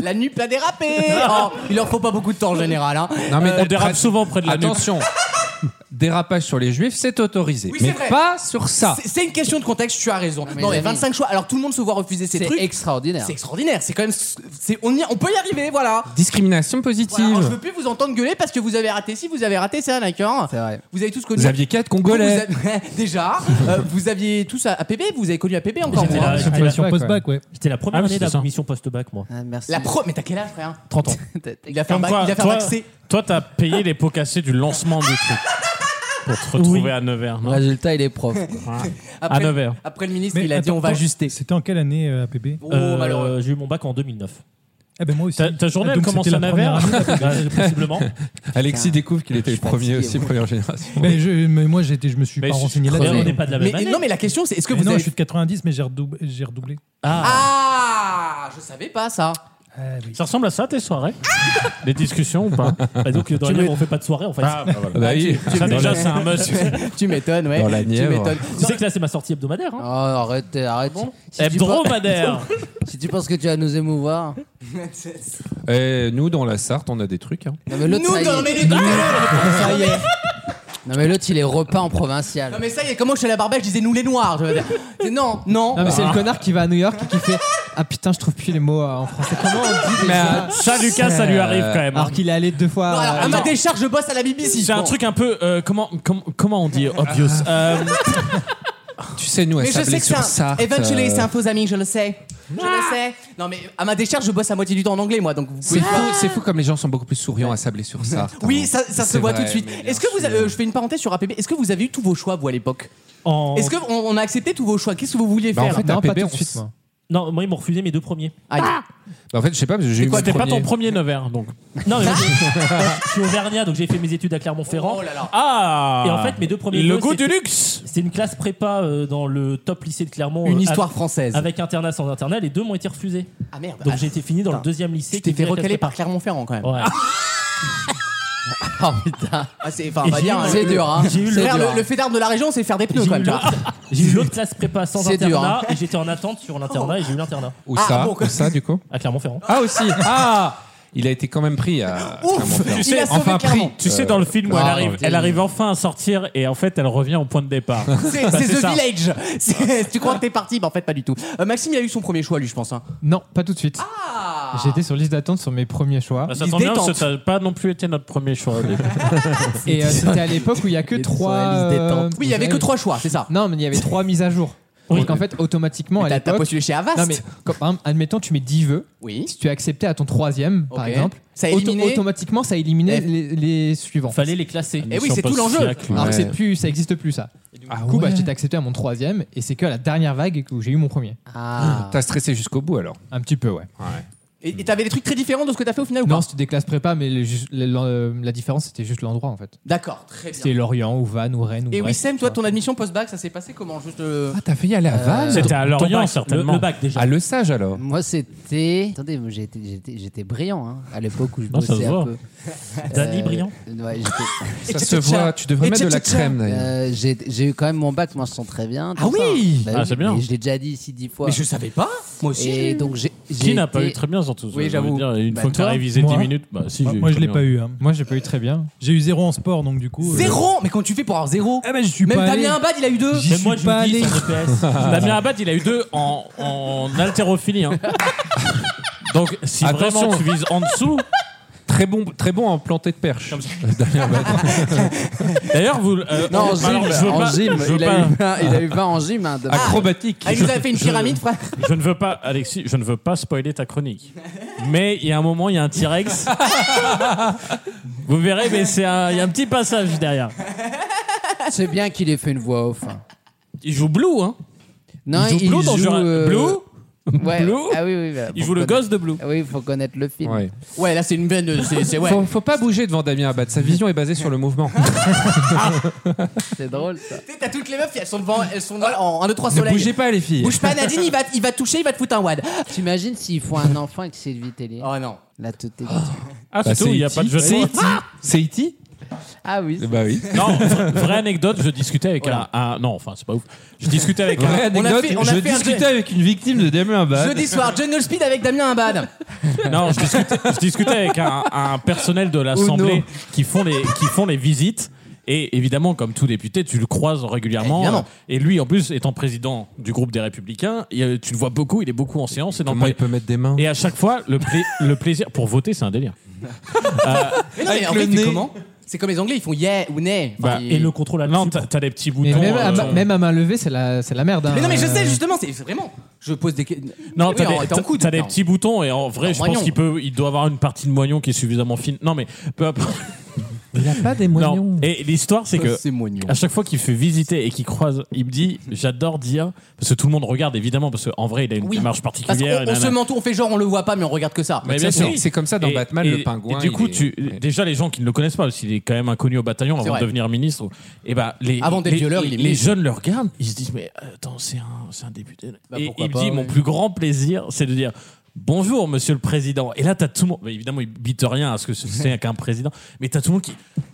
Speaker 2: La nupe a dérapé. Oh, il leur faut pas beaucoup de temps en général. Hein.
Speaker 5: Non mais
Speaker 6: On dérape souvent près de la nuque.
Speaker 5: Attention. Dérapage sur les juifs, c'est autorisé,
Speaker 2: Oui, c'est
Speaker 5: mais
Speaker 2: vrai.
Speaker 5: pas sur ça.
Speaker 2: C'est- C'est une question de contexte, tu as raison.
Speaker 7: mes
Speaker 2: non, mais
Speaker 7: amis.
Speaker 2: 25 choix. Alors tout le monde se voit refuser ces
Speaker 7: Ah, C'est
Speaker 2: trucs.
Speaker 7: extraordinaire.
Speaker 2: C'est extraordinaire. C'est quand même. c'est- on, y- on peut y arriver, voilà.
Speaker 5: Discrimination positive.
Speaker 2: Voilà, alors, je veux plus vous entendre gueuler parce que vous avez raté. Si vous avez raté, c'est un d'accord.
Speaker 7: C'est vrai.
Speaker 2: Vous avez tous connu.
Speaker 5: Vous aviez quatre
Speaker 2: Vous
Speaker 5: Congolais.
Speaker 2: avez- Déjà, euh, vous aviez tous à APB, vous avez connu APB encore.
Speaker 8: J'étais
Speaker 2: moins.
Speaker 8: là- j'étais
Speaker 3: Ouais,
Speaker 8: là
Speaker 3: sur
Speaker 8: sur
Speaker 3: ouais,
Speaker 8: post-bac,
Speaker 4: ouais.
Speaker 8: J'étais la
Speaker 6: Ah
Speaker 8: première
Speaker 6: oui,
Speaker 8: année de la
Speaker 6: c'était ça.
Speaker 8: mission post-bac, moi.
Speaker 7: Ah, merci.
Speaker 2: La pro, mais t'as quel âge, frère
Speaker 8: 30 ans.
Speaker 2: Il a fait un bac,
Speaker 6: Comme
Speaker 2: il a fait un
Speaker 6: quoi,
Speaker 2: bac C.
Speaker 6: Toi, t'as payé les pots cassés du lancement du truc. Pour te retrouver
Speaker 8: Oui.
Speaker 6: à Nevers. non
Speaker 7: Résultat, il est prof.
Speaker 2: Après,
Speaker 6: À 9h.
Speaker 2: après le ministre,
Speaker 4: Mais
Speaker 2: il a dit
Speaker 4: attends,
Speaker 2: on va
Speaker 4: toi-
Speaker 2: ajuster.
Speaker 4: C'était en quelle année, euh, APB
Speaker 2: Oh,
Speaker 8: Euh,
Speaker 2: malheureux.
Speaker 8: J'ai eu mon bac en 2009.
Speaker 4: Eh ben moi aussi.
Speaker 6: Ta, ta journée,
Speaker 4: Ah,
Speaker 6: elle
Speaker 4: donc
Speaker 6: commence hein.
Speaker 4: c'était
Speaker 6: à
Speaker 4: la première
Speaker 6: Nevers.
Speaker 4: année.
Speaker 8: Euh, Possiblement.
Speaker 5: Alexis découvre qu'il était le premier aussi, première génération.
Speaker 4: Mais, je- mais moi, j'étais, je me suis
Speaker 6: Mais
Speaker 4: pas
Speaker 6: je-
Speaker 4: renseigné
Speaker 6: je-
Speaker 4: là-dessus.
Speaker 8: on n'est pas de la même
Speaker 2: Mais,
Speaker 8: année.
Speaker 2: non, mais la question, c'est est-ce que
Speaker 4: Mais
Speaker 2: vous
Speaker 4: non,
Speaker 2: avez.
Speaker 4: je suis de 90, mais j'ai redoublé. j'ai redoublé.
Speaker 2: Ah, je savais pas ça.
Speaker 6: Ça ressemble à ça tes soirées Des discussions ou pas
Speaker 8: Ah Bah donc, dans la
Speaker 6: Tu mets-
Speaker 8: Nièvre, on fait pas de soirée en fait.
Speaker 6: Ah, bah voilà. Bah oui.
Speaker 8: Tu- tu-
Speaker 6: Ça,
Speaker 8: tu-
Speaker 6: déjà,
Speaker 8: dans
Speaker 6: c'est un
Speaker 8: la-
Speaker 6: must.
Speaker 2: Tu m'étonnes, ouais.
Speaker 6: Dans la
Speaker 2: tu
Speaker 6: Nièvre.
Speaker 2: m'étonnes.
Speaker 8: Tu sais que là, c'est ma sortie hebdomadaire. hein.
Speaker 7: Oh, arrête, arrête.
Speaker 2: Ah
Speaker 7: Si
Speaker 2: Eh,
Speaker 7: tu
Speaker 6: Hebdomadaire.
Speaker 7: penses- si tu penses que tu vas nous émouvoir.
Speaker 5: Et Eh, nous, dans la Sarthe, on a des trucs. hein.
Speaker 7: Non, mais l'autre,
Speaker 2: Nous,
Speaker 7: ça y
Speaker 2: dans
Speaker 7: est.
Speaker 2: les détails.
Speaker 7: Ça y est. Non, mais l'autre, il est repas en provincial.
Speaker 2: Non mais ça y est, comment je suis à la barbelle, je disais nous les noirs. je veux dire. C'est- Non, non.
Speaker 3: Non, mais c'est
Speaker 2: Ah.
Speaker 3: le connard qui va à New York et qui fait Ah putain, je trouve plus les mots euh, en français. Comment on dit
Speaker 6: Mais
Speaker 3: déjà
Speaker 6: euh, ça, Lucas, ça lui arrive quand même. hein.
Speaker 8: Ah,
Speaker 3: Alors qu'il est allé deux fois.
Speaker 2: Non, alors,
Speaker 3: euh,
Speaker 2: à ma décharge, je bosse à la BBC.
Speaker 6: C'est un
Speaker 2: Bon.
Speaker 6: truc un peu. euh, comment, com- comment on dit Obvious. Euh,
Speaker 5: Tu sais, nous, à
Speaker 2: Mais je sais que c'est un.
Speaker 5: Sablé-sur-Sarthe.
Speaker 2: Eventually,
Speaker 5: euh,
Speaker 2: c'est un faux ami, je le sais. Je le sais. Non mais à ma décharge, je bosse à moitié du temps en anglais, moi, donc vous
Speaker 5: C'est
Speaker 2: pouvez.
Speaker 5: fou, c'est fou comme les gens sont beaucoup plus souriants à Sablé-sur-Sarthe.
Speaker 2: Oui,
Speaker 5: hein.
Speaker 2: ça, ça se
Speaker 5: C'est
Speaker 2: voit
Speaker 5: vrai,
Speaker 2: tout de suite.
Speaker 5: mais bien
Speaker 2: Est-ce que vous,
Speaker 5: sûr.
Speaker 2: avez- euh, je fais une parenthèse sur APB. Est-ce que vous avez eu tous vos choix vous à l'époque
Speaker 8: En-
Speaker 2: Est-ce qu'on on a accepté tous vos choix Qu'est-ce que vous vouliez
Speaker 5: Bah, en
Speaker 2: faire
Speaker 5: fait,
Speaker 3: Non, pas
Speaker 5: APB,
Speaker 3: tout
Speaker 5: on
Speaker 3: de suite,
Speaker 5: s-
Speaker 3: moi.
Speaker 8: Non, moi, ils m'ont refusé mes deux premiers.
Speaker 2: Aïe.
Speaker 5: Bah, en fait, je sais pas, parce que j'ai eu
Speaker 6: C'était
Speaker 5: mon
Speaker 6: pas ton premier
Speaker 5: premier.
Speaker 6: Nevers, donc.
Speaker 8: Non, mais moi, j'ai- je suis auvergnat, donc j'ai fait mes études à Clermont-Ferrand.
Speaker 2: Oh là là.
Speaker 6: Ah
Speaker 8: Et en fait, mes deux premiers
Speaker 6: Le
Speaker 8: vœux,
Speaker 6: goût du
Speaker 8: c'était-
Speaker 6: luxe
Speaker 8: C'est une classe prépa euh, dans le top lycée de Clermont. euh,
Speaker 2: Une
Speaker 6: ah,
Speaker 8: avec-
Speaker 2: histoire française.
Speaker 8: Avec internat sans internat, les deux m'ont été refusés.
Speaker 2: Ah merde.
Speaker 8: Donc
Speaker 2: Ah,
Speaker 8: j'ai été fini dans le
Speaker 2: putain.
Speaker 8: deuxième lycée.
Speaker 2: Tu t'es
Speaker 8: qui
Speaker 2: fait
Speaker 8: venait
Speaker 2: recaler
Speaker 8: d'être-
Speaker 2: par Clermont-Ferrand quand même.
Speaker 8: Ouais.
Speaker 7: Oh putain.
Speaker 2: Ah, c'est enfin,
Speaker 8: Et
Speaker 2: on va
Speaker 8: j'ai
Speaker 2: dire,
Speaker 8: eu-
Speaker 2: hein.
Speaker 7: C'est dur, hein.
Speaker 8: J'ai eu le-
Speaker 7: C'est
Speaker 2: Frère,
Speaker 7: dur.
Speaker 2: le, le fait d'arme de la région, c'est faire des pneus
Speaker 8: J'ai
Speaker 2: quand
Speaker 8: eu
Speaker 2: même. tu vois.
Speaker 8: l'autre- J'ai eu l'autre classe prépa sans
Speaker 7: C'est
Speaker 8: internat
Speaker 7: dur, hein.
Speaker 8: et j'étais en attente sur l'internat et j'ai eu l'internat
Speaker 5: Où
Speaker 2: Ah,
Speaker 5: ça
Speaker 2: bon,
Speaker 5: Où ça, du coup
Speaker 8: à Clermont-Ferrand.
Speaker 5: Ah, aussi Ah Il a été quand même pris à.
Speaker 2: Ouf,
Speaker 5: Clermont-Ferrand.
Speaker 2: il a sauvé
Speaker 5: enfin,
Speaker 2: Clermont.
Speaker 5: pris.
Speaker 6: Tu sais, dans le film où elle
Speaker 7: Ah,
Speaker 6: arrive,
Speaker 7: ouais.
Speaker 6: elle arrive enfin à sortir et en fait, elle revient au point de départ.
Speaker 2: C'est
Speaker 6: Bah,
Speaker 2: c'est
Speaker 6: c'est
Speaker 2: The
Speaker 6: ça.
Speaker 2: Village. C'est- Tu crois que t'es parti Bah en fait pas du tout. Euh, Maxime il a eu son premier choix lui je pense. hein.
Speaker 3: Non, pas tout de suite.
Speaker 2: Ah.
Speaker 3: J'étais sur liste d'attente sur mes premiers choix.
Speaker 6: Bah, ça
Speaker 2: Il
Speaker 6: tombe bien, parce que
Speaker 2: détente.
Speaker 6: ça n'a pas non plus été notre premier choix au début.
Speaker 3: Et euh, c'était à l'époque où il y a que
Speaker 7: Il était sur
Speaker 3: trois.
Speaker 7: la liste
Speaker 3: euh,
Speaker 7: détente.
Speaker 2: Oui il y avait que trois choix c'est ça.
Speaker 3: Non, mais il y avait trois mises à jour.
Speaker 8: Oui.
Speaker 3: Donc en fait, automatiquement à
Speaker 2: T'as t'as
Speaker 3: l'époque.
Speaker 2: postulé chez Avast.
Speaker 3: Non mais comme, par exemple, admettons tu mets 10 vœux,
Speaker 2: Oui.
Speaker 3: si tu as accepté à ton troisième par
Speaker 2: Ok.
Speaker 3: exemple,
Speaker 2: Ça a
Speaker 3: auto-
Speaker 2: éliminé-
Speaker 3: automatiquement ça éliminait
Speaker 2: Eh.
Speaker 3: les, les suivants.
Speaker 8: Fallait les classer.
Speaker 2: Eh oui
Speaker 6: Sur
Speaker 2: c'est tout l'enjeu.
Speaker 6: Post-Fiac, lui.
Speaker 3: Alors que
Speaker 5: Ouais.
Speaker 3: c'est plus, ça existe plus ça.
Speaker 5: Ah
Speaker 3: Du coup, bah,
Speaker 5: ouais.
Speaker 3: j'étais accepté à mon troisième et c'est que à la dernière vague que j'ai eu mon premier.
Speaker 7: Ah.
Speaker 5: T'as stressé jusqu'au bout alors
Speaker 3: Un petit peu, ouais.
Speaker 2: Et et t'avais des trucs très différents de ce que t'as fait au final ou
Speaker 3: Non,
Speaker 2: pas
Speaker 3: c'était des classes prépa, mais le- ju- le- le- euh, la différence c'était juste l'endroit en fait.
Speaker 2: D'accord très bien.
Speaker 3: C'était Lorient ou Vannes ou Rennes ou.
Speaker 2: Et
Speaker 3: Brest,
Speaker 2: Wissem
Speaker 3: tu
Speaker 2: toi
Speaker 3: vois.
Speaker 2: ton admission post-bac ça s'est passé comment Juste euh,
Speaker 5: Ah, t'as failli aller à Vannes
Speaker 6: C'était à
Speaker 8: Ton
Speaker 6: Lorient,
Speaker 8: bac,
Speaker 6: certainement.
Speaker 8: euh, Le,
Speaker 6: Ah,
Speaker 8: le bac déjà.
Speaker 5: À Le Sage alors
Speaker 7: Moi, c'était. Attendez, moi, j'ai été- j'étais j'étais brillant hein, à l'époque où je
Speaker 6: Non, ça
Speaker 7: bossais
Speaker 6: se voit.
Speaker 7: un peu.
Speaker 8: Dany
Speaker 7: Euh,
Speaker 8: brillant.
Speaker 7: ouais, j'étais-
Speaker 5: Ça se voit, tu devrais
Speaker 2: Et
Speaker 5: mettre de la
Speaker 2: tcha-tcha-tcha.
Speaker 5: crème d'ailleurs.
Speaker 7: euh, J'ai j'ai eu quand même mon bac, moi je sens très bien. tout
Speaker 2: Ah oui
Speaker 7: ça.
Speaker 6: Ah, c'est bien.
Speaker 7: et Je l'ai déjà dit ici dix fois.
Speaker 2: Mais je savais pas. Moi aussi.
Speaker 7: Et donc j'ai.
Speaker 6: Qui
Speaker 7: j'ai
Speaker 6: n'a pas
Speaker 7: été-
Speaker 6: eu très bien, surtout
Speaker 2: Oui,
Speaker 6: je veux
Speaker 2: j'avoue.
Speaker 6: dire, Une
Speaker 2: Bah,
Speaker 6: fois que t'as
Speaker 2: toi,
Speaker 6: révisé
Speaker 4: moi
Speaker 6: 10 minutes, bah si, j'ai eu
Speaker 4: Moi, je
Speaker 6: très
Speaker 4: l'ai
Speaker 6: bien.
Speaker 4: pas eu. hein.
Speaker 3: Moi j'ai pas eu très bien.
Speaker 4: J'ai eu zéro en sport, donc du coup. euh,
Speaker 2: Zéro Mais comment tu fais pour avoir
Speaker 3: Euh,
Speaker 2: zéro
Speaker 4: Ah bah, je suis
Speaker 2: Même
Speaker 4: pas allé.
Speaker 2: Damien Abad il a eu deux.
Speaker 4: J'y
Speaker 8: Même moi,
Speaker 4: suis
Speaker 8: je vous
Speaker 4: pas
Speaker 8: dis
Speaker 4: allé.
Speaker 8: sur GPS.
Speaker 6: Damien Abad, il a eu deux en, en haltérophilie. hein. Donc, si
Speaker 5: Attention.
Speaker 6: vraiment tu vises en dessous.
Speaker 5: Très bon, très bon en planté de perche. Euh, Damien Abad.
Speaker 6: D'ailleurs, vous. euh,
Speaker 7: Non, en
Speaker 6: alors,
Speaker 7: gym,
Speaker 6: je veux
Speaker 7: en
Speaker 6: pas-
Speaker 7: gym,
Speaker 6: je veux
Speaker 7: il,
Speaker 6: pas-
Speaker 7: a eu 20, il a eu 20 en gym. hein, de-
Speaker 5: Acrobatique.
Speaker 2: Ah, il nous avait fait une pyramide, frère.
Speaker 6: Je ne veux pas, Alexis, je ne veux pas spoiler ta chronique. Mais il y a un moment, il y a un T-Rex. Vous verrez, mais c'est un- il y a un petit passage derrière.
Speaker 7: C'est bien qu'il ait fait une voix off. hein.
Speaker 6: Il joue Blue, hein
Speaker 7: Non,
Speaker 6: Il joue Blue dans Jura-
Speaker 7: euh,
Speaker 6: Blue
Speaker 7: ouais.
Speaker 6: Blue
Speaker 7: Ah oui, oui, bah,
Speaker 6: Il
Speaker 7: faut
Speaker 6: joue le
Speaker 7: connaître-
Speaker 6: gosse de Blue.
Speaker 7: Ah Oui, il faut connaître le film.
Speaker 5: Ouais.
Speaker 2: Ouais, là, c'est une veine. de- C'est c'est- ouais.
Speaker 5: Faut, faut pas bouger devant Damien Abad. Sa vision est basée sur le mouvement.
Speaker 7: C'est drôle ça.
Speaker 2: Tu sais, T'as toutes les meufs, elles sont devant, elles sont en 1, 2, 3
Speaker 5: ne
Speaker 2: soleil.
Speaker 5: bougez pas les filles.
Speaker 2: Bouge pas, Nadine, il va, il va te toucher, il va te foutre un wad.
Speaker 7: T'imagines s'il faut un enfant avec Sylvie Tellier
Speaker 2: Oh non.
Speaker 7: Là, tout est.
Speaker 6: Ah,
Speaker 5: Bah,
Speaker 6: c'est tout, il n'y a
Speaker 5: E.T.
Speaker 6: pas de jeu de
Speaker 5: C'est
Speaker 6: mots.
Speaker 5: E.T. C'est E.T.
Speaker 7: Ah oui. c'est-
Speaker 5: Bah oui.
Speaker 6: Non, vra- vraie anecdote, je discutais avec un, un- Non, enfin, c'est pas ouf. Je discutais avec un.
Speaker 5: Vraie
Speaker 2: on a
Speaker 5: anecdote.
Speaker 2: fait- on a
Speaker 5: je
Speaker 2: fait un
Speaker 5: discutais
Speaker 2: duel.
Speaker 5: avec une victime de Damien Abad.
Speaker 2: Jeudi soir, Jungle Speed avec Damien Abad.
Speaker 6: Non, je discutais, je discutais avec un, un personnel de l'Assemblée qui font les qui font les visites. Et évidemment, comme tout député, tu le croises régulièrement.
Speaker 2: Évidemment.
Speaker 6: Et lui, en plus, étant président du groupe des Républicains, il, euh, tu le vois beaucoup, il est beaucoup en séance. Et, dans le
Speaker 5: Comment il
Speaker 6: palais.
Speaker 5: peut mettre des mains
Speaker 6: et à chaque fois, le, pla- le plaisir. Pour voter, c'est un délire.
Speaker 2: Mais non, mais
Speaker 5: Avec
Speaker 2: en
Speaker 5: le
Speaker 2: fait, il fait
Speaker 5: nez.
Speaker 2: comment C'est comme les Anglais, ils font yeah ou nay. Enfin,
Speaker 6: Bah,
Speaker 2: ils-
Speaker 8: Et le contrôle à
Speaker 6: Non,
Speaker 8: dessus
Speaker 6: t'as t'as des petits
Speaker 3: Mais
Speaker 6: boutons.
Speaker 3: même, à,
Speaker 6: euh,
Speaker 5: bah,
Speaker 3: ma-
Speaker 2: bah,
Speaker 3: même à main levée, c'est la, c'est la merde. hein.
Speaker 2: Mais non, mais je sais
Speaker 3: Euh,
Speaker 2: justement, c'est c'est vraiment. Je pose des.
Speaker 6: Non,
Speaker 2: Eh Oui,
Speaker 6: t'as
Speaker 2: en-
Speaker 6: des,
Speaker 2: t'es en
Speaker 6: t'as-
Speaker 2: coude.
Speaker 6: t'as des
Speaker 2: Non.
Speaker 6: petits boutons et en vrai,
Speaker 2: En
Speaker 6: je
Speaker 2: moignon.
Speaker 6: pense qu'il peut, il doit avoir une partie de moignon qui est suffisamment fine. Non, mais peu importe.
Speaker 5: Il a pas des
Speaker 6: Non. Et l'histoire, c'est que
Speaker 2: C'est moignon.
Speaker 6: À chaque fois qu'il fait visiter et qu'il croise, il me dit J'adore dire, parce que tout le monde regarde évidemment, parce qu'en vrai, il a une
Speaker 2: Oui.
Speaker 6: démarche
Speaker 2: Parce qu'on
Speaker 6: particulière. et
Speaker 2: on se
Speaker 6: nanana.
Speaker 2: ment, on fait genre, on le voit pas, mais on regarde que ça.
Speaker 6: Mais bien
Speaker 5: Ah, C'est
Speaker 6: sûr.
Speaker 5: c'est comme ça dans
Speaker 6: Et-
Speaker 5: Batman,
Speaker 6: et-
Speaker 5: le pingouin.
Speaker 6: Et du
Speaker 5: il
Speaker 6: coup,
Speaker 5: est-
Speaker 6: tu,
Speaker 5: ouais.
Speaker 6: déjà, les gens qui ne le connaissent pas, parce qu'il est quand même inconnu au bataillon
Speaker 2: C'est
Speaker 6: avant
Speaker 2: vrai.
Speaker 6: de devenir ministre, et ben, les,
Speaker 2: Avant d'être
Speaker 6: les,
Speaker 2: violeur,
Speaker 6: les-
Speaker 2: il est
Speaker 6: les
Speaker 2: ministre.
Speaker 6: jeunes le regardent, ils se disent Mais attends, c'est un, c'est un député.
Speaker 2: Bah,
Speaker 6: et
Speaker 2: pourquoi
Speaker 6: il me
Speaker 2: pas,
Speaker 6: dit
Speaker 2: ouais.
Speaker 6: Mon plus grand plaisir, c'est de dire Bonjour, monsieur le président. Et là, t'as tout le monde. mais évidemment, ils bitent rien à ce que c'est qu'un président. Mais t'as tout le monde qui.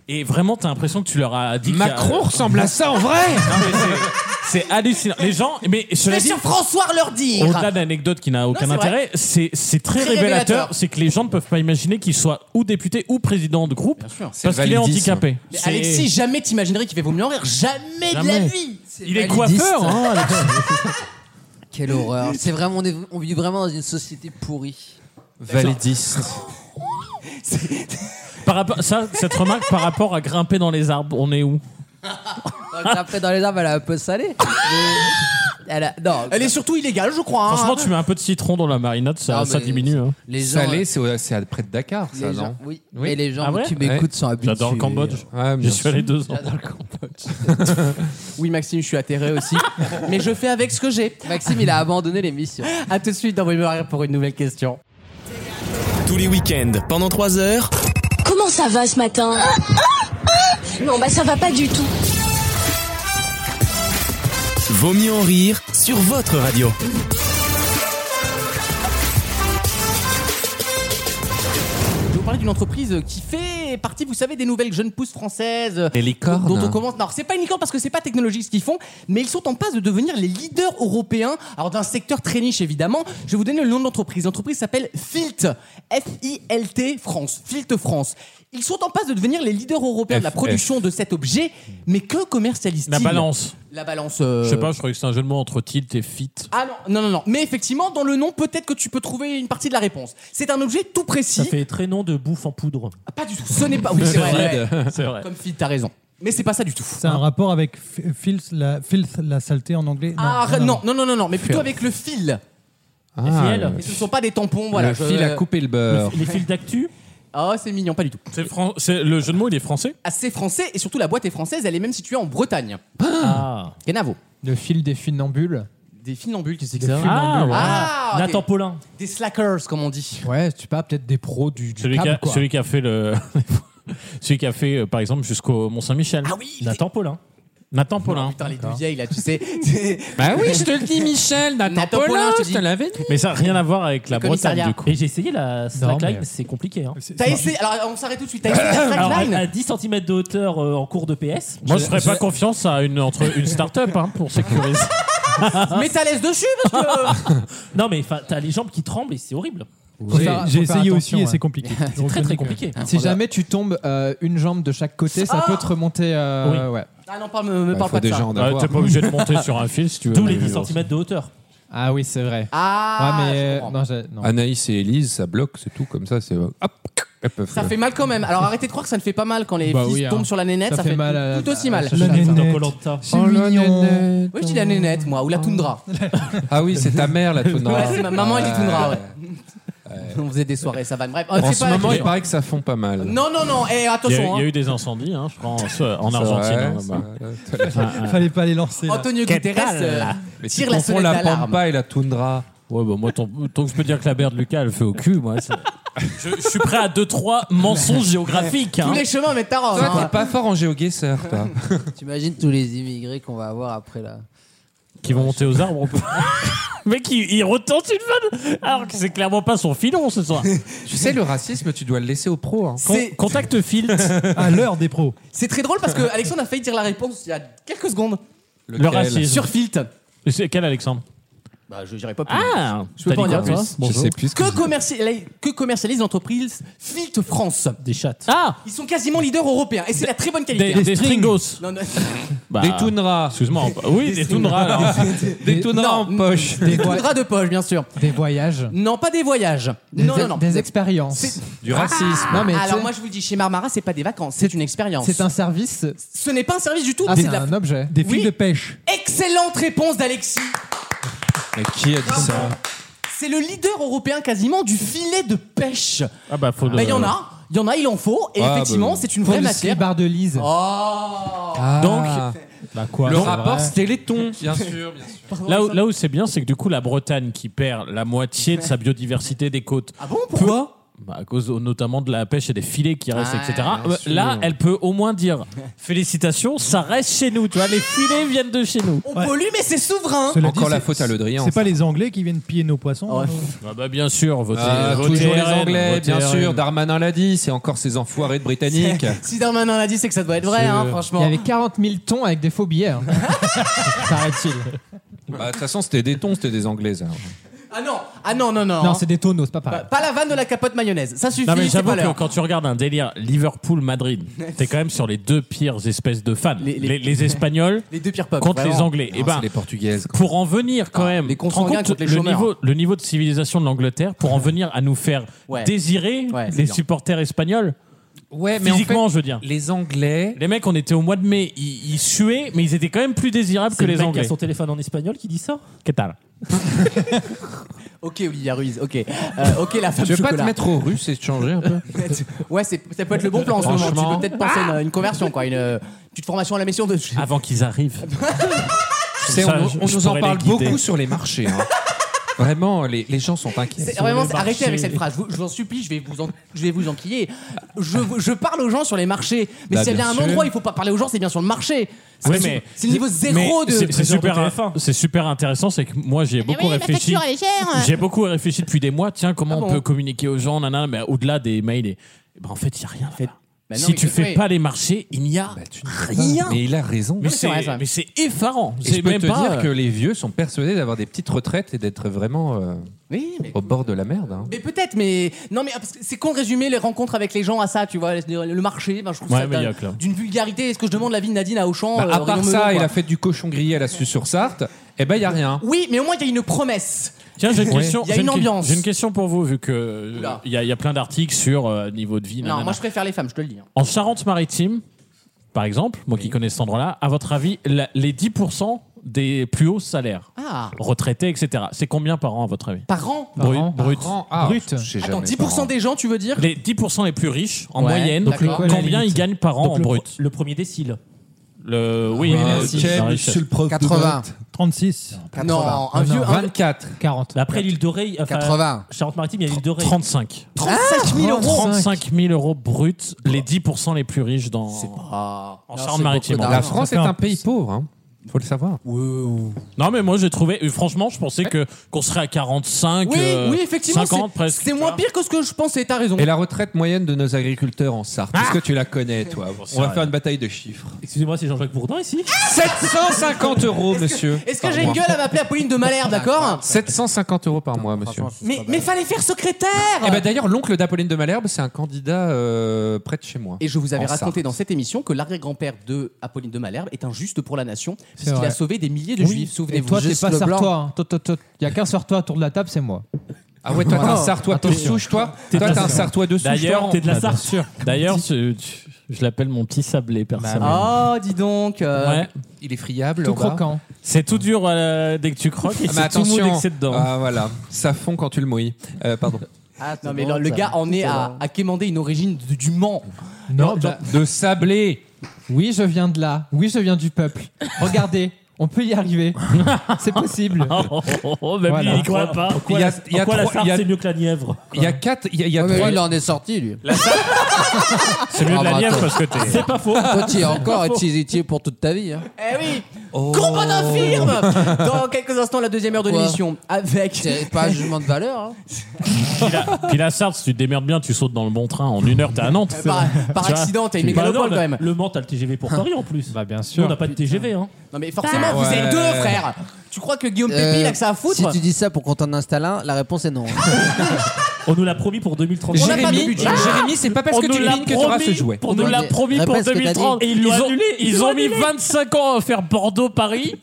Speaker 6: Et vraiment, t'as l'impression que tu leur as dit. qu'il y a-
Speaker 5: Macron ressemble à ça en vrai
Speaker 6: Non, mais c'est c'est hallucinant. Les gens. Mais cela
Speaker 2: Mais
Speaker 6: dit.
Speaker 2: sur François leur dire
Speaker 6: Au-delà d'anecdotes qui n'a aucun
Speaker 2: c'est
Speaker 6: intérêt,
Speaker 2: vrai.
Speaker 6: c'est c'est très,
Speaker 2: Très
Speaker 6: révélateur.
Speaker 2: révélateur.
Speaker 6: C'est que les gens ne peuvent pas imaginer qu'il soit ou député ou président de groupe
Speaker 2: C'est
Speaker 6: parce qu'il est
Speaker 5: validisme.
Speaker 6: handicapé.
Speaker 2: Mais
Speaker 6: C'est-
Speaker 2: Alexis, jamais t'imaginerais qu'il fait vaut mieux en rire. Jamais, de la
Speaker 6: Jamais.
Speaker 2: vie.
Speaker 6: il est
Speaker 7: validiste.
Speaker 6: coiffeur, hein, Alexis.
Speaker 7: Quelle horreur. C'est vraiment, on, est- on vit vraiment dans une société pourrie.
Speaker 5: Validiste.
Speaker 6: Par rapport, ça, cette remarque par rapport à grimper dans les arbres, on est où
Speaker 7: Après, dans les arbres, elle a un peu salé. Mais elle a- non,
Speaker 2: Elle est surtout illégale, je crois. hein.
Speaker 6: Franchement, tu mets un peu de citron dans la marinade, ça,
Speaker 7: Non,
Speaker 6: ça
Speaker 7: mais-
Speaker 6: diminue. hein.
Speaker 7: les gens.
Speaker 5: Salé, c'est au- c'est à- près de Dakar, ça,
Speaker 7: les gens-
Speaker 5: non
Speaker 7: oui.
Speaker 5: Oui.
Speaker 7: Et les gens
Speaker 6: Ah ouais
Speaker 7: qui m'écoutent sont habitués.
Speaker 6: J'adore le Cambodge.
Speaker 5: Ouais,
Speaker 6: J'y
Speaker 5: bien
Speaker 6: suis allé deux ans.
Speaker 7: J'adore le Cambodge.
Speaker 2: Oui, Maxime, je suis atterré aussi. mais je fais avec ce que j'ai.
Speaker 7: Maxime, il a abandonné l'émission.
Speaker 2: À tout de suite dans Vos Mieux en Rire pour une nouvelle question.
Speaker 1: Tous les week-ends, pendant 3 heures,
Speaker 10: Comment ça va ce matin Non, bah ça va pas du tout.
Speaker 1: Vaut mieux en rire sur votre radio.
Speaker 2: Je vais vous parler d'une entreprise qui fait partie, vous savez, des nouvelles jeunes pousses françaises.
Speaker 6: Oh
Speaker 5: Les licornes.
Speaker 2: Dont on commence. Non, c'est pas une licorne parce que c'est pas technologique ce qu'ils font, mais ils sont en passe de devenir les leaders européens. Alors d'un secteur très niche évidemment. Je vais vous donner le nom de l'entreprise. L'entreprise s'appelle Filt. F-I-L-T France. Filt France. Ils sont en passe de devenir les leaders européens de la
Speaker 5: F-
Speaker 2: production de cet objet, mais que commercialisent-ils
Speaker 6: La balance.
Speaker 2: La balance. euh,
Speaker 6: Je sais pas, je croyais que c'était un jeu de mots entre tilt et fit.
Speaker 2: Ah non, non, non, non. Mais effectivement, dans le nom, peut-être que tu peux trouver une partie de la réponse. C'est un objet tout précis.
Speaker 8: Ça fait très nom de bouffe en poudre.
Speaker 2: Ah, Pas du tout. Ce n'est pas. Oui, c'est vrai. ouais.
Speaker 6: C'est vrai.
Speaker 2: Comme fille, t'as raison. Mais c'est pas ça du tout.
Speaker 4: C'est un rapport avec f- filth la, filth, la saleté en anglais
Speaker 2: Ah, non, non, non, non, non, mais plutôt avec le fil.
Speaker 5: Ah,
Speaker 8: FIL.
Speaker 5: le
Speaker 2: Et ce ne sont pas des tampons, voilà.
Speaker 5: le
Speaker 2: je-
Speaker 5: fil à couper Euh, le beurre.
Speaker 8: Les fils d'actu
Speaker 2: Ah, c'est mignon, pas du tout.
Speaker 6: C'est fran- c'est- le jeu de mots, il est français
Speaker 2: Assez français, et surtout la boîte est française, elle est même située en Bretagne.
Speaker 8: Ah,
Speaker 2: Kenavo.
Speaker 3: Le fil des funambules.
Speaker 2: Des funambules, qu'est-ce que c'est
Speaker 3: Des
Speaker 2: que ça
Speaker 3: funambules.
Speaker 8: ouais.
Speaker 2: Ah, ok.
Speaker 8: Nathan Paulin.
Speaker 2: Des slackers, comme on dit.
Speaker 3: Ouais, tu sais pas, peut-être des pros du, du
Speaker 6: celui, qui
Speaker 3: câble,
Speaker 6: a,
Speaker 3: quoi.
Speaker 6: celui qui a fait le. celui qui a fait, euh, par exemple, jusqu'au Mont-Saint-Michel.
Speaker 2: Ah oui, il
Speaker 8: Nathan Paulin.
Speaker 6: Nathan Paulin.
Speaker 2: Putain, les deux vieilles là, tu sais. C'est-
Speaker 5: Bah oui, je te le dis, Michel, Nathan,
Speaker 2: Nathan
Speaker 5: Paulin,
Speaker 2: Paulin, je te
Speaker 5: je
Speaker 2: dis.
Speaker 5: te l'avais dit.
Speaker 6: Mais ça n'a rien à voir avec la Bretagne,
Speaker 2: commissariat.
Speaker 6: du coup.
Speaker 8: Et j'ai essayé la slackline,
Speaker 3: mais-
Speaker 8: c'est compliqué. Hein.
Speaker 2: T'as essayé. Alors, on s'arrête tout de suite. T'as essayé la
Speaker 8: Alors, à,
Speaker 2: slackline
Speaker 8: à 10 cm de hauteur euh, en cours de PS.
Speaker 6: Moi, je ferais pas confiance à une, entre, une start-up hein, pour sécuriser.
Speaker 2: Mais t'as l'aise dessus parce que.
Speaker 8: Non, mais enfin, t'as les jambes qui tremblent et c'est horrible.
Speaker 3: Faut
Speaker 4: J'ai-
Speaker 3: faire-
Speaker 4: J'ai
Speaker 3: faut faire
Speaker 4: essayé aussi
Speaker 3: attention,
Speaker 4: et
Speaker 3: ouais.
Speaker 4: c'est compliqué.
Speaker 8: C'est très
Speaker 6: euh,
Speaker 8: très compliqué.
Speaker 6: ah,
Speaker 3: Si jamais tu tombes euh, une jambe de chaque côté, ça peut te remonter. euh, ouais.
Speaker 2: Ah non, pas, me, me
Speaker 5: Bah,
Speaker 2: parle
Speaker 5: faut
Speaker 2: pas de
Speaker 5: déjà
Speaker 2: ça.
Speaker 5: en
Speaker 6: Ah,
Speaker 5: avoir.
Speaker 6: T'es pas obligé de monter sur un fil si tu veux.
Speaker 8: D'où
Speaker 6: mais
Speaker 8: les 10
Speaker 6: bon.
Speaker 8: cm de hauteur.
Speaker 3: Ah oui, c'est vrai.
Speaker 2: Ah,
Speaker 3: ouais,
Speaker 2: je
Speaker 3: mais euh,
Speaker 2: comprends.
Speaker 3: non, j'ai-
Speaker 4: Ah,
Speaker 3: non.
Speaker 5: Anaïs et Élise, ça bloque, c'est tout comme ça. C'est hop, elles peuvent
Speaker 2: Ça
Speaker 5: le-
Speaker 2: fait mal quand même. Alors arrêtez de croire que ça ne fait pas mal quand les
Speaker 3: Bah
Speaker 2: filles
Speaker 3: oui, hein.
Speaker 2: tombent sur la nénette, ça, fait,
Speaker 3: mal à-
Speaker 2: tout aussi
Speaker 3: à-
Speaker 2: mal.
Speaker 3: à-
Speaker 4: La
Speaker 3: à-
Speaker 8: Dans
Speaker 4: nénette.
Speaker 8: Koh-Lanta.
Speaker 4: C'est
Speaker 5: Oh, la
Speaker 4: mignon.
Speaker 5: nénette.
Speaker 2: Oui, je dis la nénette, moi, ou la toundra.
Speaker 5: Ah oui, c'est ta mère la toundra.
Speaker 2: Ouais, c'est ma maman, elle dit toundra, ouais.
Speaker 5: Ouais.
Speaker 2: On faisait des soirées, ça va. Bref, euh,
Speaker 5: En
Speaker 2: c'est
Speaker 5: ce
Speaker 2: pas la
Speaker 5: moment, il
Speaker 2: question.
Speaker 5: paraît que ça fond pas mal.
Speaker 2: Non, non, non, eh,
Speaker 6: Il y, a eu-
Speaker 2: attention.
Speaker 6: il y a
Speaker 2: hein.
Speaker 6: eu des incendies, hein, je crois, en, en
Speaker 5: C'est
Speaker 6: Argentine.
Speaker 5: vrai,
Speaker 6: hein,
Speaker 5: c'est
Speaker 6: là-bas.
Speaker 5: vrai.
Speaker 4: Fallait pas les lancer. là.
Speaker 2: Antonio Guterres euh,
Speaker 5: Mais tu
Speaker 2: tire la
Speaker 5: confonds
Speaker 2: sonnette
Speaker 5: la
Speaker 2: d'alarme.
Speaker 5: pampa et la toundra.
Speaker 6: Ouais, bah moi, tant, tant que je peux dire que la mère de Lucas, elle fait au cul, moi. c'est- Je, je suis prêt à 2-3 mensonges géographiques.
Speaker 2: Tous
Speaker 6: hein.
Speaker 2: les chemins mettent à Rome.
Speaker 5: Toi,
Speaker 2: hein.
Speaker 5: t'es pas fort en géoguesseur, toi.
Speaker 7: T'imagines tous les immigrés qu'on va avoir après là.
Speaker 6: Qui vont monter aux arbres. Le Mec, il, il retente une vanne alors que c'est clairement pas son filon ce soir.
Speaker 5: tu sais, le racisme, tu dois le laisser aux pros. hein.
Speaker 6: Con-
Speaker 2: C'est-
Speaker 6: contact Filt,
Speaker 4: À l'heure des pros.
Speaker 2: C'est très drôle parce que Alexandre a failli dire la réponse il y a quelques secondes.
Speaker 6: le
Speaker 5: Lequel
Speaker 6: racisme.
Speaker 2: Sur Filt.
Speaker 6: C'est quel Alexandre
Speaker 2: Bah, je dirais pas plus.
Speaker 6: Ah
Speaker 2: Je peux
Speaker 6: t'as
Speaker 2: pas en
Speaker 6: dit
Speaker 2: dire
Speaker 6: quoi,
Speaker 2: plus.
Speaker 6: toi
Speaker 5: Je
Speaker 6: Bonjour.
Speaker 5: sais plus ce que
Speaker 2: Que,
Speaker 5: je dis.
Speaker 2: commerci- que commercialise l'entreprise Filt France
Speaker 8: Des chattes.
Speaker 6: Ah
Speaker 2: Ils sont quasiment leaders européens et c'est la très bonne qualité.
Speaker 6: Des, des stringos.
Speaker 2: Non, non.
Speaker 6: Bah,
Speaker 5: Des toundras.
Speaker 6: Excuse-moi. Oui, des toundras. alors.
Speaker 5: Des toundras en poche.
Speaker 3: Des, voy-
Speaker 2: Toundra de poche, bien sûr.
Speaker 3: des voyages.
Speaker 2: Non, pas des voyages.
Speaker 3: Des,
Speaker 2: non, non, non.
Speaker 3: des
Speaker 2: C'est- Ah,
Speaker 3: expériences.
Speaker 5: Du racisme.
Speaker 3: Non, mais tu
Speaker 2: Alors
Speaker 3: sais,
Speaker 2: moi je vous le dis, chez Marmara c'est pas des vacances, c'est une expérience.
Speaker 3: c'est un service.
Speaker 2: Ce n'est pas un service du tout.
Speaker 3: Ah,
Speaker 2: c'est
Speaker 3: c'est
Speaker 2: de la-
Speaker 3: un objet.
Speaker 4: Des fils
Speaker 2: Oui.
Speaker 4: de pêche.
Speaker 2: Excellente réponse d'Alexis.
Speaker 5: Mais qui a dit ça
Speaker 2: C'est le leader européen quasiment du filet de pêche.
Speaker 6: Ah bah faut.
Speaker 2: Bah il y en
Speaker 6: le-
Speaker 2: a, il y en a, il en faut. Et
Speaker 5: Ah, bah,
Speaker 2: effectivement
Speaker 5: oui.
Speaker 2: c'est une vraie
Speaker 3: Pour le
Speaker 2: matière.
Speaker 3: bar de Lise.
Speaker 2: Oh.
Speaker 5: Ah,
Speaker 6: Donc-
Speaker 3: Bah quoi
Speaker 5: le
Speaker 3: c'est
Speaker 5: rapport,
Speaker 3: vrai.
Speaker 5: c'était les tons. Bien sûr, bien sûr.
Speaker 6: Là où, là où c'est bien, c'est que du coup la Bretagne qui perd la moitié de sa biodiversité des côtes.
Speaker 2: Ah bon pourquoi
Speaker 6: bah, à cause euh, notamment de la pêche et des filets qui restent,
Speaker 8: Ah,
Speaker 6: etc.
Speaker 8: bien
Speaker 6: Euh,
Speaker 8: sûr.
Speaker 6: Là, elle peut au moins dire félicitations, ça reste chez nous. Tu vois, les filets viennent de chez nous.
Speaker 2: On pollue, mais c'est souverain.
Speaker 4: Cela dit, c'est-
Speaker 6: Drian.
Speaker 4: C'est pas les Anglais qui viennent piller nos
Speaker 2: Oh,
Speaker 4: poissons. hein, non
Speaker 6: Ah bah bien sûr, votez,
Speaker 5: Ah,
Speaker 6: votez
Speaker 5: toujours les
Speaker 6: RN,
Speaker 5: Anglais,
Speaker 6: votez
Speaker 5: bien
Speaker 6: RN.
Speaker 5: sûr. Darmanin l'a dit, c'est encore ces enfoirés de Britanniques.
Speaker 2: Si Darmanin l'a dit, c'est que ça doit être vrai,
Speaker 5: C'est-
Speaker 2: hein, franchement.
Speaker 3: Il y avait 40 000 tons avec des faux billets. hein. Paraît-il.
Speaker 5: Bah, De toute façon, c'était des tons, c'était des Anglais. ça.
Speaker 2: Ah non, ah non, non, non.
Speaker 3: Non, c'est des tonneaux, c'est pas
Speaker 2: Pas,
Speaker 3: pareil.
Speaker 2: pas la vanne de la capote mayonnaise. Ça suffit,
Speaker 6: Non mais
Speaker 2: c'est
Speaker 6: j'avoue
Speaker 2: pas
Speaker 6: que
Speaker 2: l'heure.
Speaker 6: quand tu regardes un délire Liverpool-Madrid, t'es quand même sur les deux pires espèces de fans. Les, les Espagnols
Speaker 2: Les deux pires peuples.
Speaker 6: contre les
Speaker 2: vraiment.
Speaker 6: Anglais.
Speaker 5: Non,
Speaker 6: Et ben,
Speaker 5: Ah, c'est les Ah, Portugaises.
Speaker 6: pour en venir quand même,
Speaker 2: les
Speaker 6: tu te rends
Speaker 2: consanguins
Speaker 6: compte
Speaker 2: contre les
Speaker 6: le
Speaker 2: chômeurs.
Speaker 6: niveau, le niveau de civilisation de l'Angleterre, pour en venir à nous faire
Speaker 5: Ouais.
Speaker 6: désirer
Speaker 5: Ouais, c'est
Speaker 6: les
Speaker 5: dur.
Speaker 6: supporters espagnols.
Speaker 5: Ouais, mais en
Speaker 6: Physiquement,
Speaker 5: fait,
Speaker 6: je veux dire.
Speaker 5: Les Anglais.
Speaker 6: Les mecs, on était au mois de mai, ils, ils suaient, mais ils étaient quand même plus désirables
Speaker 8: C'est
Speaker 6: que
Speaker 8: le
Speaker 6: les
Speaker 8: mec qui a
Speaker 6: Anglais.
Speaker 8: son téléphone en espagnol qui dit ça
Speaker 6: Qu'est-ce que t'as
Speaker 2: Ok, Olivia Ruiz, ok. Euh, ok, la femme
Speaker 5: Tu veux pas te
Speaker 2: chocolat.
Speaker 5: mettre aux Russes et te changer un peu
Speaker 2: ouais, c'est- ça peut être le bon plan en ce moment. Tu
Speaker 5: Franchement.
Speaker 2: peux peut-être penser à une, une conversion, quoi. Une euh, petite formation à la mission de.
Speaker 5: Ah,
Speaker 6: Avant qu'ils arrivent.
Speaker 5: Tu sais,
Speaker 6: Ça,
Speaker 5: on,
Speaker 6: je-
Speaker 5: on
Speaker 6: je
Speaker 5: nous en
Speaker 6: pourrais
Speaker 5: parle
Speaker 6: les guider.
Speaker 5: beaucoup sur les marchés. hein. Vraiment, les, les gens sont inquiets.
Speaker 2: C'est- Vraiment, c'est- arrêtez avec cette phrase. Je vous, je vous en supplie, je vais vous, en, je vais vous enquiller. Je, je parle aux gens sur les marchés. Mais
Speaker 5: Bah,
Speaker 2: s'il y a bien
Speaker 5: bien
Speaker 2: un
Speaker 5: sûr.
Speaker 2: endroit, il faut pas parler aux gens, c'est bien sur le marché. C'est
Speaker 6: Oui,
Speaker 2: le-
Speaker 6: mais-
Speaker 2: c'est le niveau zéro
Speaker 6: mais
Speaker 2: de.
Speaker 6: c'est- C'est super,
Speaker 2: de
Speaker 6: in- c'est super intéressant, c'est que moi j'ai beaucoup réfléchi. J'ai beaucoup réfléchi depuis des mois. Tiens, comment
Speaker 2: Ah
Speaker 6: on
Speaker 2: bon
Speaker 6: peut communiquer aux gens, nanana, mais au-delà des mails. Et... Ben, en fait, il n'y a rien. là-bas.
Speaker 2: Bah non,
Speaker 6: si
Speaker 2: mais c'est
Speaker 6: tu
Speaker 2: Bah,
Speaker 6: fais
Speaker 2: vrai.
Speaker 6: pas les marchés, il n'y a
Speaker 5: Bah,
Speaker 6: rien.
Speaker 5: Mais il a raison.
Speaker 6: Mais c'est mais c'est effarant.
Speaker 5: Et
Speaker 6: C'est
Speaker 5: je peux
Speaker 6: même
Speaker 5: te
Speaker 6: pas.
Speaker 5: dire que les vieux sont persuadés d'avoir des petites retraites et d'être vraiment euh,
Speaker 2: Oui, mais.
Speaker 5: au bord de la merde. hein.
Speaker 2: mais peut-être, mais non, mais parce que c'est con de résumer les rencontres avec les gens à ça, tu vois, le marché. ben, je trouve
Speaker 5: Ouais,
Speaker 2: ça
Speaker 5: mais il y a
Speaker 2: d'un-
Speaker 5: que là.
Speaker 2: d'une vulgarité. Est-ce que je demande la vie de Nadine à Auchan
Speaker 5: Bah,
Speaker 2: euh,
Speaker 5: à
Speaker 2: Rayon
Speaker 5: part
Speaker 2: Melon,
Speaker 5: ça et
Speaker 2: quoi.
Speaker 5: la fête du cochon grillé à la suce sur sarthe eh ben, il n'y a rien.
Speaker 2: Oui, mais au moins il y a une promesse.
Speaker 6: Tiens, j'ai une question.
Speaker 2: Il y a
Speaker 6: j'ai
Speaker 2: une
Speaker 6: que-
Speaker 2: ambiance.
Speaker 6: J'ai une question pour vous, vu que euh, il y, a- il y a plein d'articles sur euh, niveau de vie.
Speaker 2: Non,
Speaker 6: nanana.
Speaker 2: moi je préfère les femmes, je te le dis. hein.
Speaker 6: En Charente-Maritime, par exemple, moi qui connais cet endroit-là, à votre avis, la- les 10% des plus hauts salaires,
Speaker 2: Ah.
Speaker 6: retraités, etc., c'est combien par an à votre avis
Speaker 2: Par an
Speaker 6: Brut. brut.
Speaker 5: brut.
Speaker 2: Attends, 10% des gens, tu veux dire
Speaker 6: Les 10% les plus riches, en
Speaker 2: Ouais,
Speaker 6: moyenne,
Speaker 2: Bah, donc le- quoi, la
Speaker 6: combien
Speaker 2: limite
Speaker 6: ils gagnent par an
Speaker 8: Donc
Speaker 6: en
Speaker 8: le pro-
Speaker 6: brut
Speaker 8: Le premier décile.
Speaker 6: le, Oui,
Speaker 8: Ouais,
Speaker 6: euh,
Speaker 8: merci.
Speaker 6: c'est la
Speaker 8: Quel
Speaker 6: richesse.
Speaker 8: monsieur le prof de
Speaker 4: 80. 36.
Speaker 2: Non, un vieux. un-
Speaker 5: 24.
Speaker 3: 40.
Speaker 8: Après l'île de Ré, enfin,
Speaker 4: 80.
Speaker 8: Charente-Maritime, il y a l'île de Ré.
Speaker 6: 35.
Speaker 2: 35 000 euros
Speaker 6: 35 000 euros bruts, les 10% les plus riches dans, en Charente-Maritime.
Speaker 5: La France est un pays pauvre, hein. faut le savoir.
Speaker 6: Non, mais moi j'ai trouvé, euh, franchement, je pensais que qu'on serait à 45,
Speaker 2: Oui,
Speaker 6: euh,
Speaker 2: oui, effectivement.
Speaker 6: 50
Speaker 2: c'est-
Speaker 6: presque.
Speaker 2: C'est moins pire que ce que je pensais, t'as raison.
Speaker 5: Et la retraite moyenne de nos agriculteurs en Sarthe, est-ce que tu la connais, toi On va
Speaker 6: rien.
Speaker 5: faire une bataille de chiffres.
Speaker 8: Excusez-moi, c'est Jean-Jacques Bourdin ici
Speaker 5: Ah, 750 euros, monsieur.
Speaker 2: Est-ce que j'ai une gueule à m'appeler Apolline de Malherbe, d'accord
Speaker 5: 750 euros par mois, monsieur.
Speaker 2: mais, mais fallait faire secrétaire
Speaker 3: Eh
Speaker 5: Et
Speaker 3: ben,
Speaker 5: bah d'ailleurs, l'oncle d'Apolline de Malherbe, c'est un candidat euh, près de chez moi.
Speaker 2: Et je vous avais
Speaker 5: En
Speaker 2: raconté
Speaker 5: Sarthe.
Speaker 2: dans cette émission que l'arrière-grand-père de Apolline de Malherbe est injuste pour la nation, puisqu'il
Speaker 3: vrai.
Speaker 2: a sauvé des milliers de juifs,
Speaker 3: Et
Speaker 2: souvenez-vous.
Speaker 3: toi, t'es
Speaker 2: Juste
Speaker 3: pas
Speaker 2: le blanc.
Speaker 3: sartois. hein. Toi, toi, toi, Il y a qu'un sartois autour de la table, c'est moi.
Speaker 5: Ah ouais, toi, t'es un Sartois de
Speaker 3: Attention.
Speaker 5: souche, toi Toi, t'es un Sartois de souche.
Speaker 6: D'ailleurs,
Speaker 5: toi
Speaker 6: t'es de la
Speaker 5: Bah, bien
Speaker 6: Sarthe.
Speaker 5: sûr.
Speaker 6: D'ailleurs, ce- tu- je l'appelle mon petit sablé
Speaker 5: Bah,
Speaker 6: personnellement.
Speaker 2: Oh, dis donc euh,
Speaker 6: Ouais.
Speaker 5: Il est friable.
Speaker 3: Tout
Speaker 5: en bas.
Speaker 3: croquant.
Speaker 6: C'est tout dur euh, dès que tu croques et
Speaker 5: Ah, mais
Speaker 6: c'est tout mou dès que
Speaker 5: attention.
Speaker 6: c'est dedans.
Speaker 5: Ah voilà, ça fond quand tu le mouilles. Euh, pardon.
Speaker 2: Non, mais le, le gars en est à, à quémander une origine du, du Mans.
Speaker 3: Non, bah,
Speaker 5: De sablé.
Speaker 3: Oui, je viens de là. Oui, je viens du peuple. Regardez, on peut y arriver. C'est possible.
Speaker 6: Oh, oh, oh, oh, même
Speaker 3: Voilà.
Speaker 6: lui, il y croit pas.
Speaker 8: Pourquoi
Speaker 5: Il y a-
Speaker 8: la-
Speaker 5: il y a
Speaker 8: pourquoi la
Speaker 5: trois- il y
Speaker 8: Sarthe,
Speaker 5: a-
Speaker 8: c'est mieux que la Nièvre
Speaker 5: Il y a quatre. Il y a, il y a
Speaker 7: mais
Speaker 5: trois.
Speaker 7: il en est sorti, lui.
Speaker 6: C'est mieux de la
Speaker 7: Ah, bah,
Speaker 6: Nièvre
Speaker 7: attends.
Speaker 6: parce que t'es.
Speaker 8: Pas faux.
Speaker 7: Toi, tu y es encore et tu y tu y es pour toute ta vie. hein.
Speaker 2: Eh oui Combat d'infirme Dans quelques instants, la deuxième heure de
Speaker 7: Oh. Quoi
Speaker 2: l'émission. Avec.
Speaker 7: C'est pas un jugement de valeur. hein.
Speaker 6: Puis la- Puis la Sarthe, si tu te démerdes bien, tu sautes dans le bon train. En une heure, t'es
Speaker 5: Eh,
Speaker 6: à
Speaker 5: bah,
Speaker 6: Nantes.
Speaker 2: euh, Par, par
Speaker 6: Tu vois
Speaker 2: accident, t'as une
Speaker 8: Bah non,
Speaker 2: mégalopole
Speaker 8: bah,
Speaker 2: quand même.
Speaker 8: Le Mans, t'as le TGV pour Paris en plus. Bah bien
Speaker 3: sûr.
Speaker 8: On n'a pas de TGV, hein.
Speaker 2: Non mais forcément, vous
Speaker 5: Ouais.
Speaker 2: êtes deux frères. Tu crois que Guillaume Pépi, il a que ça à foutre
Speaker 7: Bah Euh, Si tu dis ça pour qu'on t'en installe un, la réponse est non.
Speaker 8: On nous l'a promis pour 2030.
Speaker 2: On n'a pas de
Speaker 5: Jérémy,
Speaker 2: budget.
Speaker 5: Jérémy, c'est pas parce
Speaker 6: On
Speaker 5: que
Speaker 6: nous
Speaker 5: tu
Speaker 6: l'a
Speaker 5: devines que tu auras ce
Speaker 6: promis.
Speaker 5: jouet.
Speaker 6: On nous
Speaker 7: Comment
Speaker 6: l'a
Speaker 7: dire
Speaker 6: promis pour
Speaker 7: Répète ce que t'as
Speaker 6: 2030.
Speaker 7: dit.
Speaker 8: Et ils l'ont
Speaker 6: ont,
Speaker 8: annulé,
Speaker 6: ils
Speaker 8: ils l'ont
Speaker 6: ont mis
Speaker 8: annulé.
Speaker 6: 25 ans à faire Bordeaux-Paris.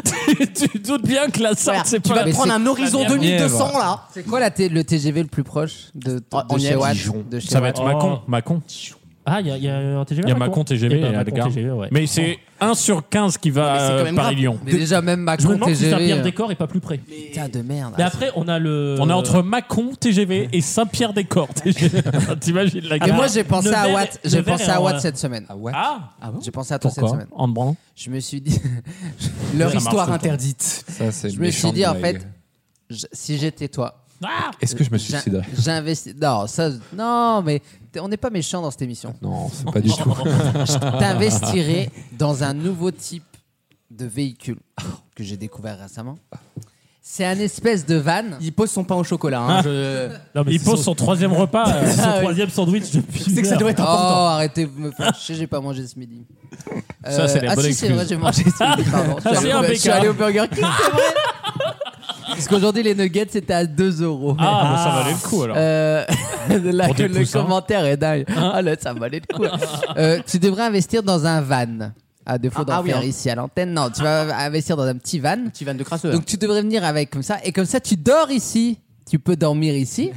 Speaker 6: tu doutes bien que la
Speaker 2: Frère,
Speaker 6: Sarthe, c'est
Speaker 2: Tu
Speaker 6: pas
Speaker 2: vas
Speaker 6: la
Speaker 7: Mais
Speaker 2: prendre
Speaker 7: c'est-
Speaker 2: un horizon
Speaker 6: la dernière.
Speaker 2: 2200 là.
Speaker 7: C'est quoi la T- le TGV le plus proche de, de,
Speaker 2: Ah, on
Speaker 7: de
Speaker 2: y
Speaker 7: chez
Speaker 2: est.
Speaker 7: Watt
Speaker 5: Dijon.
Speaker 7: de chez
Speaker 6: Ça va
Speaker 7: Watt
Speaker 6: être
Speaker 8: Oh.
Speaker 6: Macon. Macon.
Speaker 8: Ah, il y, a- il y a un TGV
Speaker 6: Il y a euh,
Speaker 8: Macon
Speaker 6: Macon TGV,
Speaker 8: Eh ben,
Speaker 6: à la
Speaker 8: Macon
Speaker 6: gare.
Speaker 8: TGV, ouais.
Speaker 6: Mais c'est 1 sur 15 qui
Speaker 2: Mais c'est
Speaker 6: va
Speaker 2: quand même
Speaker 6: euh, Paris-Lyon.
Speaker 7: Mais déjà, même
Speaker 8: Je me
Speaker 7: Macron,
Speaker 8: demande si
Speaker 7: TGV. euh,
Speaker 8: Saint-Pierre-des-Corps est pas plus près.
Speaker 7: Putain de merde.
Speaker 8: Mais après, on a le.
Speaker 6: On est entre Macon TGV et Saint-Pierre-des-Corps TGV. T'imagines la
Speaker 7: Et
Speaker 6: gare
Speaker 7: moi, j'ai pensé à
Speaker 8: Nevers-
Speaker 7: Watt. J'ai
Speaker 8: Nevers
Speaker 7: pensé
Speaker 8: est
Speaker 7: à
Speaker 8: en-
Speaker 7: Watt cette semaine.
Speaker 5: Ah ouais.
Speaker 6: euh, Ah,
Speaker 7: J'ai pensé à toi cette
Speaker 6: pourquoi
Speaker 7: semaine.
Speaker 6: En branlant
Speaker 7: Je me suis dit,
Speaker 2: Leur
Speaker 6: marche
Speaker 2: histoire
Speaker 6: tout le temps.
Speaker 2: interdite.
Speaker 5: Ça, c'est
Speaker 7: je me suis dit en fait, je- si j'étais toi,
Speaker 6: Ah
Speaker 5: Est-ce que je me
Speaker 7: J'ai-
Speaker 5: suiciderai
Speaker 7: J'ai investi. Non, ça, non, mais t- on n'est pas méchant dans cette émission.
Speaker 5: Non, c'est pas du tout.
Speaker 7: Je t'investirai dans un nouveau type de véhicule que j'ai découvert récemment. C'est un espèce de van.
Speaker 2: Il pose son pain au chocolat. hein, je-
Speaker 7: Non, mais
Speaker 6: il
Speaker 7: c'est
Speaker 6: pose
Speaker 7: son-
Speaker 6: son, troisième repas, euh,
Speaker 7: Ah
Speaker 6: son
Speaker 7: oui.
Speaker 6: troisième sandwich depuis.
Speaker 7: C'est que ça
Speaker 6: une
Speaker 7: doit être
Speaker 6: heure.
Speaker 7: important. Oh, arrêtez de me faire chier, j'ai pas mangé ce midi.
Speaker 6: Ça, c'est la
Speaker 7: ah
Speaker 6: bonne
Speaker 7: si, c'est vrai,
Speaker 6: excuse.
Speaker 7: j'ai mangé ce midi, pardon.
Speaker 6: C'est
Speaker 7: Je suis allé au- Je suis
Speaker 6: impeccable.
Speaker 7: allé au Burger King, c'est vrai Parce qu'aujourd'hui, les nuggets, c'était à 2 euros.
Speaker 6: Ah, bah, ça valait le coup, alors.
Speaker 7: Euh, là,
Speaker 6: Pour des
Speaker 7: le
Speaker 6: pouces, hein.
Speaker 7: commentaire est dingue. Ah, là, ça valait le coup. Euh, tu devrais investir dans un van. À défaut
Speaker 2: Ah,
Speaker 7: d'en
Speaker 2: ah oui,
Speaker 7: faire
Speaker 2: hein.
Speaker 7: ici à l'antenne, non, tu vas investir dans un petit van.
Speaker 2: Petit van de crasseur.
Speaker 7: Donc tu devrais venir avec comme ça, et comme ça tu dors ici. Tu peux dormir ici.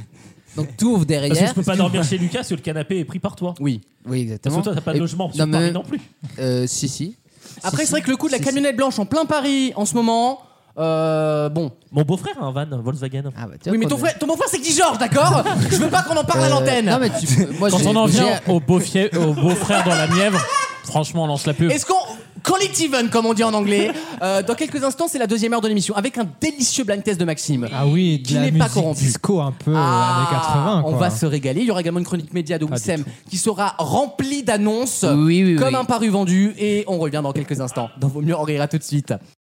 Speaker 7: Donc tu ouvres derrière.
Speaker 8: Parce que je peux pas dormir chez Lucas si le canapé est pris par toi.
Speaker 2: Oui.
Speaker 7: Oui, exactement.
Speaker 8: Parce que toi, t'as pas de
Speaker 7: Et-
Speaker 8: logement sur
Speaker 7: mais
Speaker 8: Paris
Speaker 7: même-
Speaker 8: non plus.
Speaker 7: Euh, si, si.
Speaker 2: Après,
Speaker 7: Si,
Speaker 2: c'est vrai
Speaker 7: si.
Speaker 2: que le coup de la
Speaker 7: Si,
Speaker 2: camionnette blanche en plein Paris en ce moment. euh, bon.
Speaker 8: Mon beau-frère a un van Volkswagen.
Speaker 7: Ah bah,
Speaker 2: Oui, mais ton frère, ton beau-frère, c'est qui Georges, d'accord Je veux pas qu'on en parle à
Speaker 7: Euh,
Speaker 2: l'antenne.
Speaker 7: non, mais tu- moi,
Speaker 6: Quand
Speaker 7: j'ai-
Speaker 6: on en vient
Speaker 7: j'ai-
Speaker 6: au beau-frère dans la Nièvre, franchement, on lance la pub.
Speaker 2: Est-ce qu'on. Collective, comme on dit en anglais. Euh, dans quelques instants, c'est la deuxième heure de l'émission avec un délicieux blind test de Maxime.
Speaker 3: Ah oui, de
Speaker 2: Qui
Speaker 3: la
Speaker 2: n'est pas
Speaker 3: musique
Speaker 2: corrompu.
Speaker 3: disco un peu euh,
Speaker 2: Ah,
Speaker 3: années 80.
Speaker 2: On
Speaker 3: quoi. Ah,
Speaker 2: va se régaler. Il y aura également une chronique média de Wissem qui sera remplie d'annonces
Speaker 7: Oui, oui,
Speaker 2: comme
Speaker 7: oui.
Speaker 2: un paru vendu. Et on revient dans quelques instants. Dans Vaut mieux en rire à tout de suite.